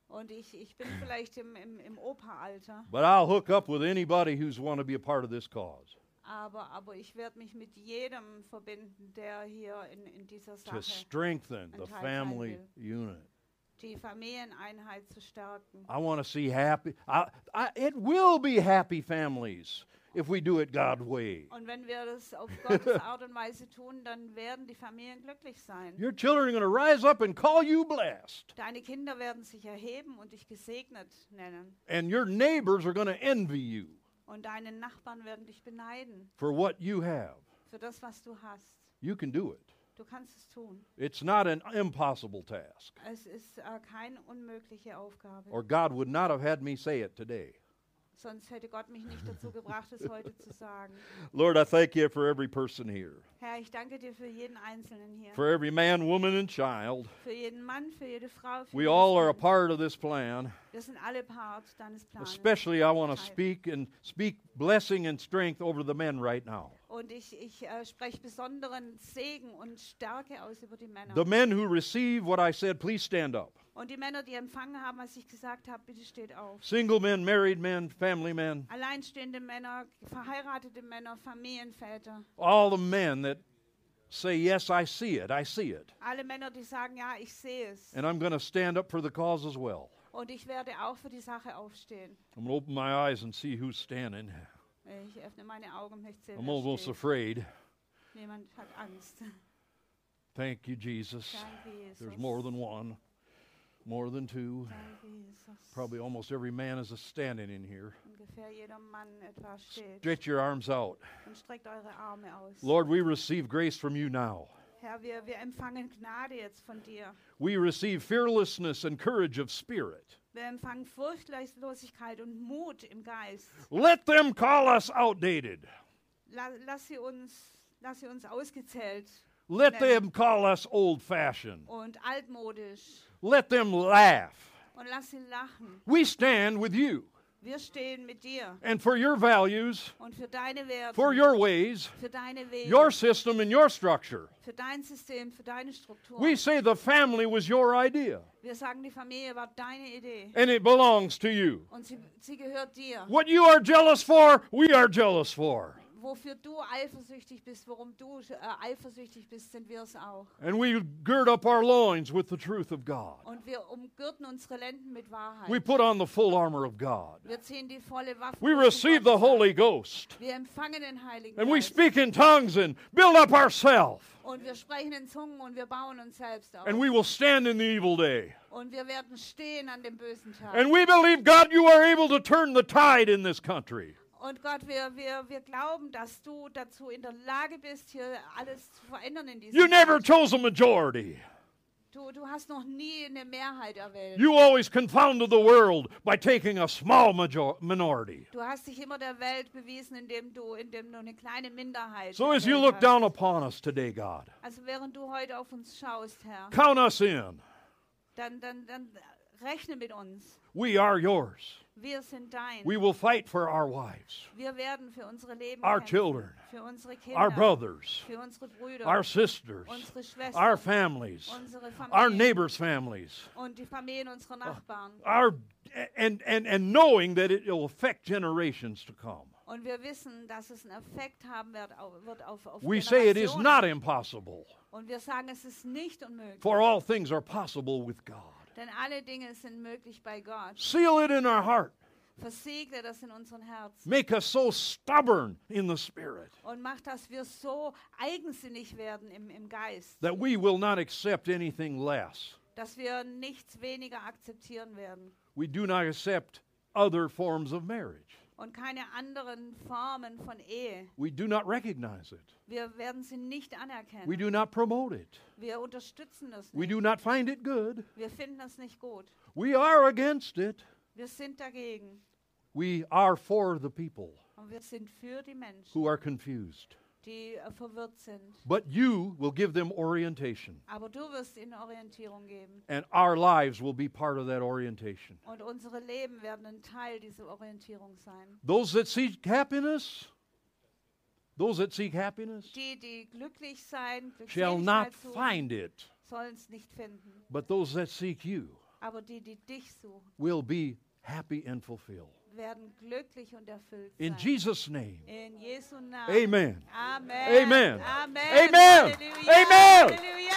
Speaker 2: Und ich, ich bin vielleicht im, im, im Opa-Alter,
Speaker 1: but I'll hook up with anybody who's want to be a part of this cause
Speaker 2: aber, aber ich werde mich mit jedem verbinden, der hier in, in dieser
Speaker 1: to
Speaker 2: Sache
Speaker 1: strengthen the
Speaker 2: And tie- tie
Speaker 1: family
Speaker 2: you.
Speaker 1: unit.
Speaker 2: die Familieneinheit zu stärken.
Speaker 1: I want to see happy. I, I, it will be happy families if we do it God's way.
Speaker 2: Und wenn wir das auf Gottes Art und Weise tun, dann werden die Familien glücklich sein.
Speaker 1: Your children are going to rise up and call you blessed,
Speaker 2: Deine Kinder werden sich erheben und dich gesegnet nennen.
Speaker 1: and your neighbors are going to envy you
Speaker 2: Und deine Nachbarn werden dich beneiden
Speaker 1: for what you have.
Speaker 2: für das, was du hast.
Speaker 1: You can do it.
Speaker 2: Du kannst es tun.
Speaker 1: It's not an impossible task,
Speaker 2: Es ist äh, keine unmögliche Aufgabe.
Speaker 1: or God would not have had me say it today.
Speaker 2: Sonst hätte Gott mich nicht dazu gebracht, es heute zu sagen.
Speaker 1: Lord, I thank you for every person here,
Speaker 2: Herr, ich danke dir für jeden Einzelnen hier.
Speaker 1: for every man, woman, and child.
Speaker 2: Für jeden Mann, für jede Frau. Für
Speaker 1: We
Speaker 2: jedes
Speaker 1: all are a
Speaker 2: Kind.
Speaker 1: part of this plan.
Speaker 2: Wir sind alle Part deines Planes.
Speaker 1: Especially, I want to speak and speak blessing and strength over the men right now.
Speaker 2: Und ich, ich äh, spreche besonderen Segen und Stärke aus über die Männer.
Speaker 1: The men who receive what I said, please stand up.
Speaker 2: und die Männer, die empfangen haben, was ich gesagt habe, bitte steht auf.
Speaker 1: Single men, married men, family men,
Speaker 2: Alleinstehende Männer, verheiratete Männer, Familienväter.
Speaker 1: all the men that say, Yes, I see it, I see it.
Speaker 2: Alle Männer, die sagen, ja, ich sehe es.
Speaker 1: And I'm going to stand up for the cause as well.
Speaker 2: Und ich werde auch für die Sache aufstehen.
Speaker 1: I'm going to open my eyes and see who's standing.
Speaker 2: Ich öffne meine Augen, um ich sehe,
Speaker 1: I'm also
Speaker 2: wer
Speaker 1: almost
Speaker 2: steht.
Speaker 1: afraid.
Speaker 2: Niemand hat Angst.
Speaker 1: Thank you, Jesus.
Speaker 2: Danke, Jesus.
Speaker 1: There's more than one, more than two.
Speaker 2: Danke, Jesus.
Speaker 1: Probably almost every man is a standing in here.
Speaker 2: Ungefähr jeder Mann etwa steht.
Speaker 1: Stretch your arms out.
Speaker 2: Und streckt eure Arme aus.
Speaker 1: Lord, we receive grace from you now.
Speaker 2: Herr, wir, wir empfangen Gnade jetzt von dir.
Speaker 1: We receive fearlessness and courage of spirit.
Speaker 2: Wir empfangen Furchtlosigkeit und Mut im Geist.
Speaker 1: Let them call us outdated.
Speaker 2: La, lass, sie uns, lass sie uns ausgezählt
Speaker 1: Let them call us old fashioned.
Speaker 2: und altmodisch.
Speaker 1: Let them laugh.
Speaker 2: Und lass ihn lachen.
Speaker 1: We stand with you
Speaker 2: Wir stehen mit dir
Speaker 1: and for your values,
Speaker 2: und für deine Werte,
Speaker 1: for your ways,
Speaker 2: für deine Wege,
Speaker 1: your system, and your structure.
Speaker 2: für dein System, für deine Struktur.
Speaker 1: We say the family was your idea
Speaker 2: Wir sagen, die Familie war deine Idee
Speaker 1: and it belongs to you.
Speaker 2: und sie, sie gehört dir.
Speaker 1: What you are jealous for, we are jealous for.
Speaker 2: Wofür du eifersüchtig bist, worum du äh, eifersüchtig bist, sind wir es auch.
Speaker 1: And we gird up our loins with the truth of God.
Speaker 2: Und wir umgürten unsere Lenden mit Wahrheit.
Speaker 1: We put on the full armor of God.
Speaker 2: wir ziehen die volle Waffe.
Speaker 1: We
Speaker 2: Gottes
Speaker 1: receive
Speaker 2: an.
Speaker 1: the Holy Ghost
Speaker 2: Wir empfangen den Heiligen
Speaker 1: and we
Speaker 2: Geist.
Speaker 1: speak in tongues and build up ourselves.
Speaker 2: Und wir sprechen in Zungen und wir bauen uns selbst auf.
Speaker 1: And we will stand in the evil day.
Speaker 2: und wir werden stehen an dem bösen Tag.
Speaker 1: And we believe, God, you are able to turn the tide in this country.
Speaker 2: Und Gott, wir, wir, wir glauben, dass du dazu in der Lage bist, hier alles zu verändern in diesem
Speaker 1: You never
Speaker 2: Land.
Speaker 1: chose a majority.
Speaker 2: Du, du hast noch nie eine Mehrheit erwählt.
Speaker 1: You always confounded the world by taking a small major- minority.
Speaker 2: Du hast dich immer der Welt bewiesen, indem du, indem du eine kleine Minderheit
Speaker 1: So as you
Speaker 2: erwählt
Speaker 1: look
Speaker 2: hast.
Speaker 1: down upon us today, God,
Speaker 2: Also während du heute auf uns schaust, Herr,
Speaker 1: count us in.
Speaker 2: dann, dann, dann rechne mit uns.
Speaker 1: We are yours.
Speaker 2: Wir sind dein.
Speaker 1: We will fight for our wives,
Speaker 2: Wir werden für unsere Leben
Speaker 1: our
Speaker 2: kämpfen.
Speaker 1: children,
Speaker 2: für unsere Kinder,
Speaker 1: our brothers,
Speaker 2: für unsere Brüder,
Speaker 1: our sisters,
Speaker 2: unsere Schwestern,
Speaker 1: our families,
Speaker 2: unsere
Speaker 1: our
Speaker 2: Familien
Speaker 1: neighbors' Oh. families,
Speaker 2: und die Familien unserer Nachbarn.
Speaker 1: our and and and knowing that it will affect generations to come.
Speaker 2: Und wir wissen, dass es einen Effekt haben wird auf, wird auf, auf
Speaker 1: We say it is
Speaker 2: Generationen.
Speaker 1: not impossible,
Speaker 2: Und wir sagen, es ist nicht unmöglich.
Speaker 1: for all things are possible with God.
Speaker 2: denn alle Dinge sind möglich bei Gott.
Speaker 1: Seal it in our heart.
Speaker 2: Versiegle das in unseren Herzen.
Speaker 1: Make us so stubborn in the spirit
Speaker 2: Und mach, dass wir so eigensinnig werden im, im Geist,
Speaker 1: that we will not accept anything less.
Speaker 2: dass wir nichts weniger akzeptieren werden
Speaker 1: We do not accept other forms of marriage.
Speaker 2: und keine anderen Formen von Ehe.
Speaker 1: We do not recognize it.
Speaker 2: Wir werden sie nicht anerkennen.
Speaker 1: We do not promote it.
Speaker 2: Wir unterstützen das
Speaker 1: We
Speaker 2: nicht.
Speaker 1: do not find it good.
Speaker 2: Wir finden das nicht gut.
Speaker 1: We are against it.
Speaker 2: Wir sind dagegen
Speaker 1: We are for the people
Speaker 2: und wir sind für die Menschen,
Speaker 1: who are confused.
Speaker 2: die äh, verwirrt sind.
Speaker 1: But you will give them orientation,
Speaker 2: Aber du wirst ihnen Orientierung geben
Speaker 1: and our lives will be part of that orientation.
Speaker 2: und unsere Leben werden ein Teil dieser Orientierung sein.
Speaker 1: Those that seek happiness, those that seek happiness
Speaker 2: Die, die glücklich sein,
Speaker 1: shall not
Speaker 2: Glückseligkeit suchen,
Speaker 1: find it,
Speaker 2: sollen es nicht finden.
Speaker 1: but those that seek you
Speaker 2: Aber die, die dich suchen,
Speaker 1: will be happy and fulfilled.
Speaker 2: werden glücklich und erfüllt
Speaker 1: In
Speaker 2: sein.
Speaker 1: Jesus' name,
Speaker 2: In Jesu Namen.
Speaker 1: amen.
Speaker 2: Amen.
Speaker 1: Amen.
Speaker 2: Amen.
Speaker 1: Amen.
Speaker 2: Halleluja.
Speaker 1: Amen.
Speaker 2: Halleluja.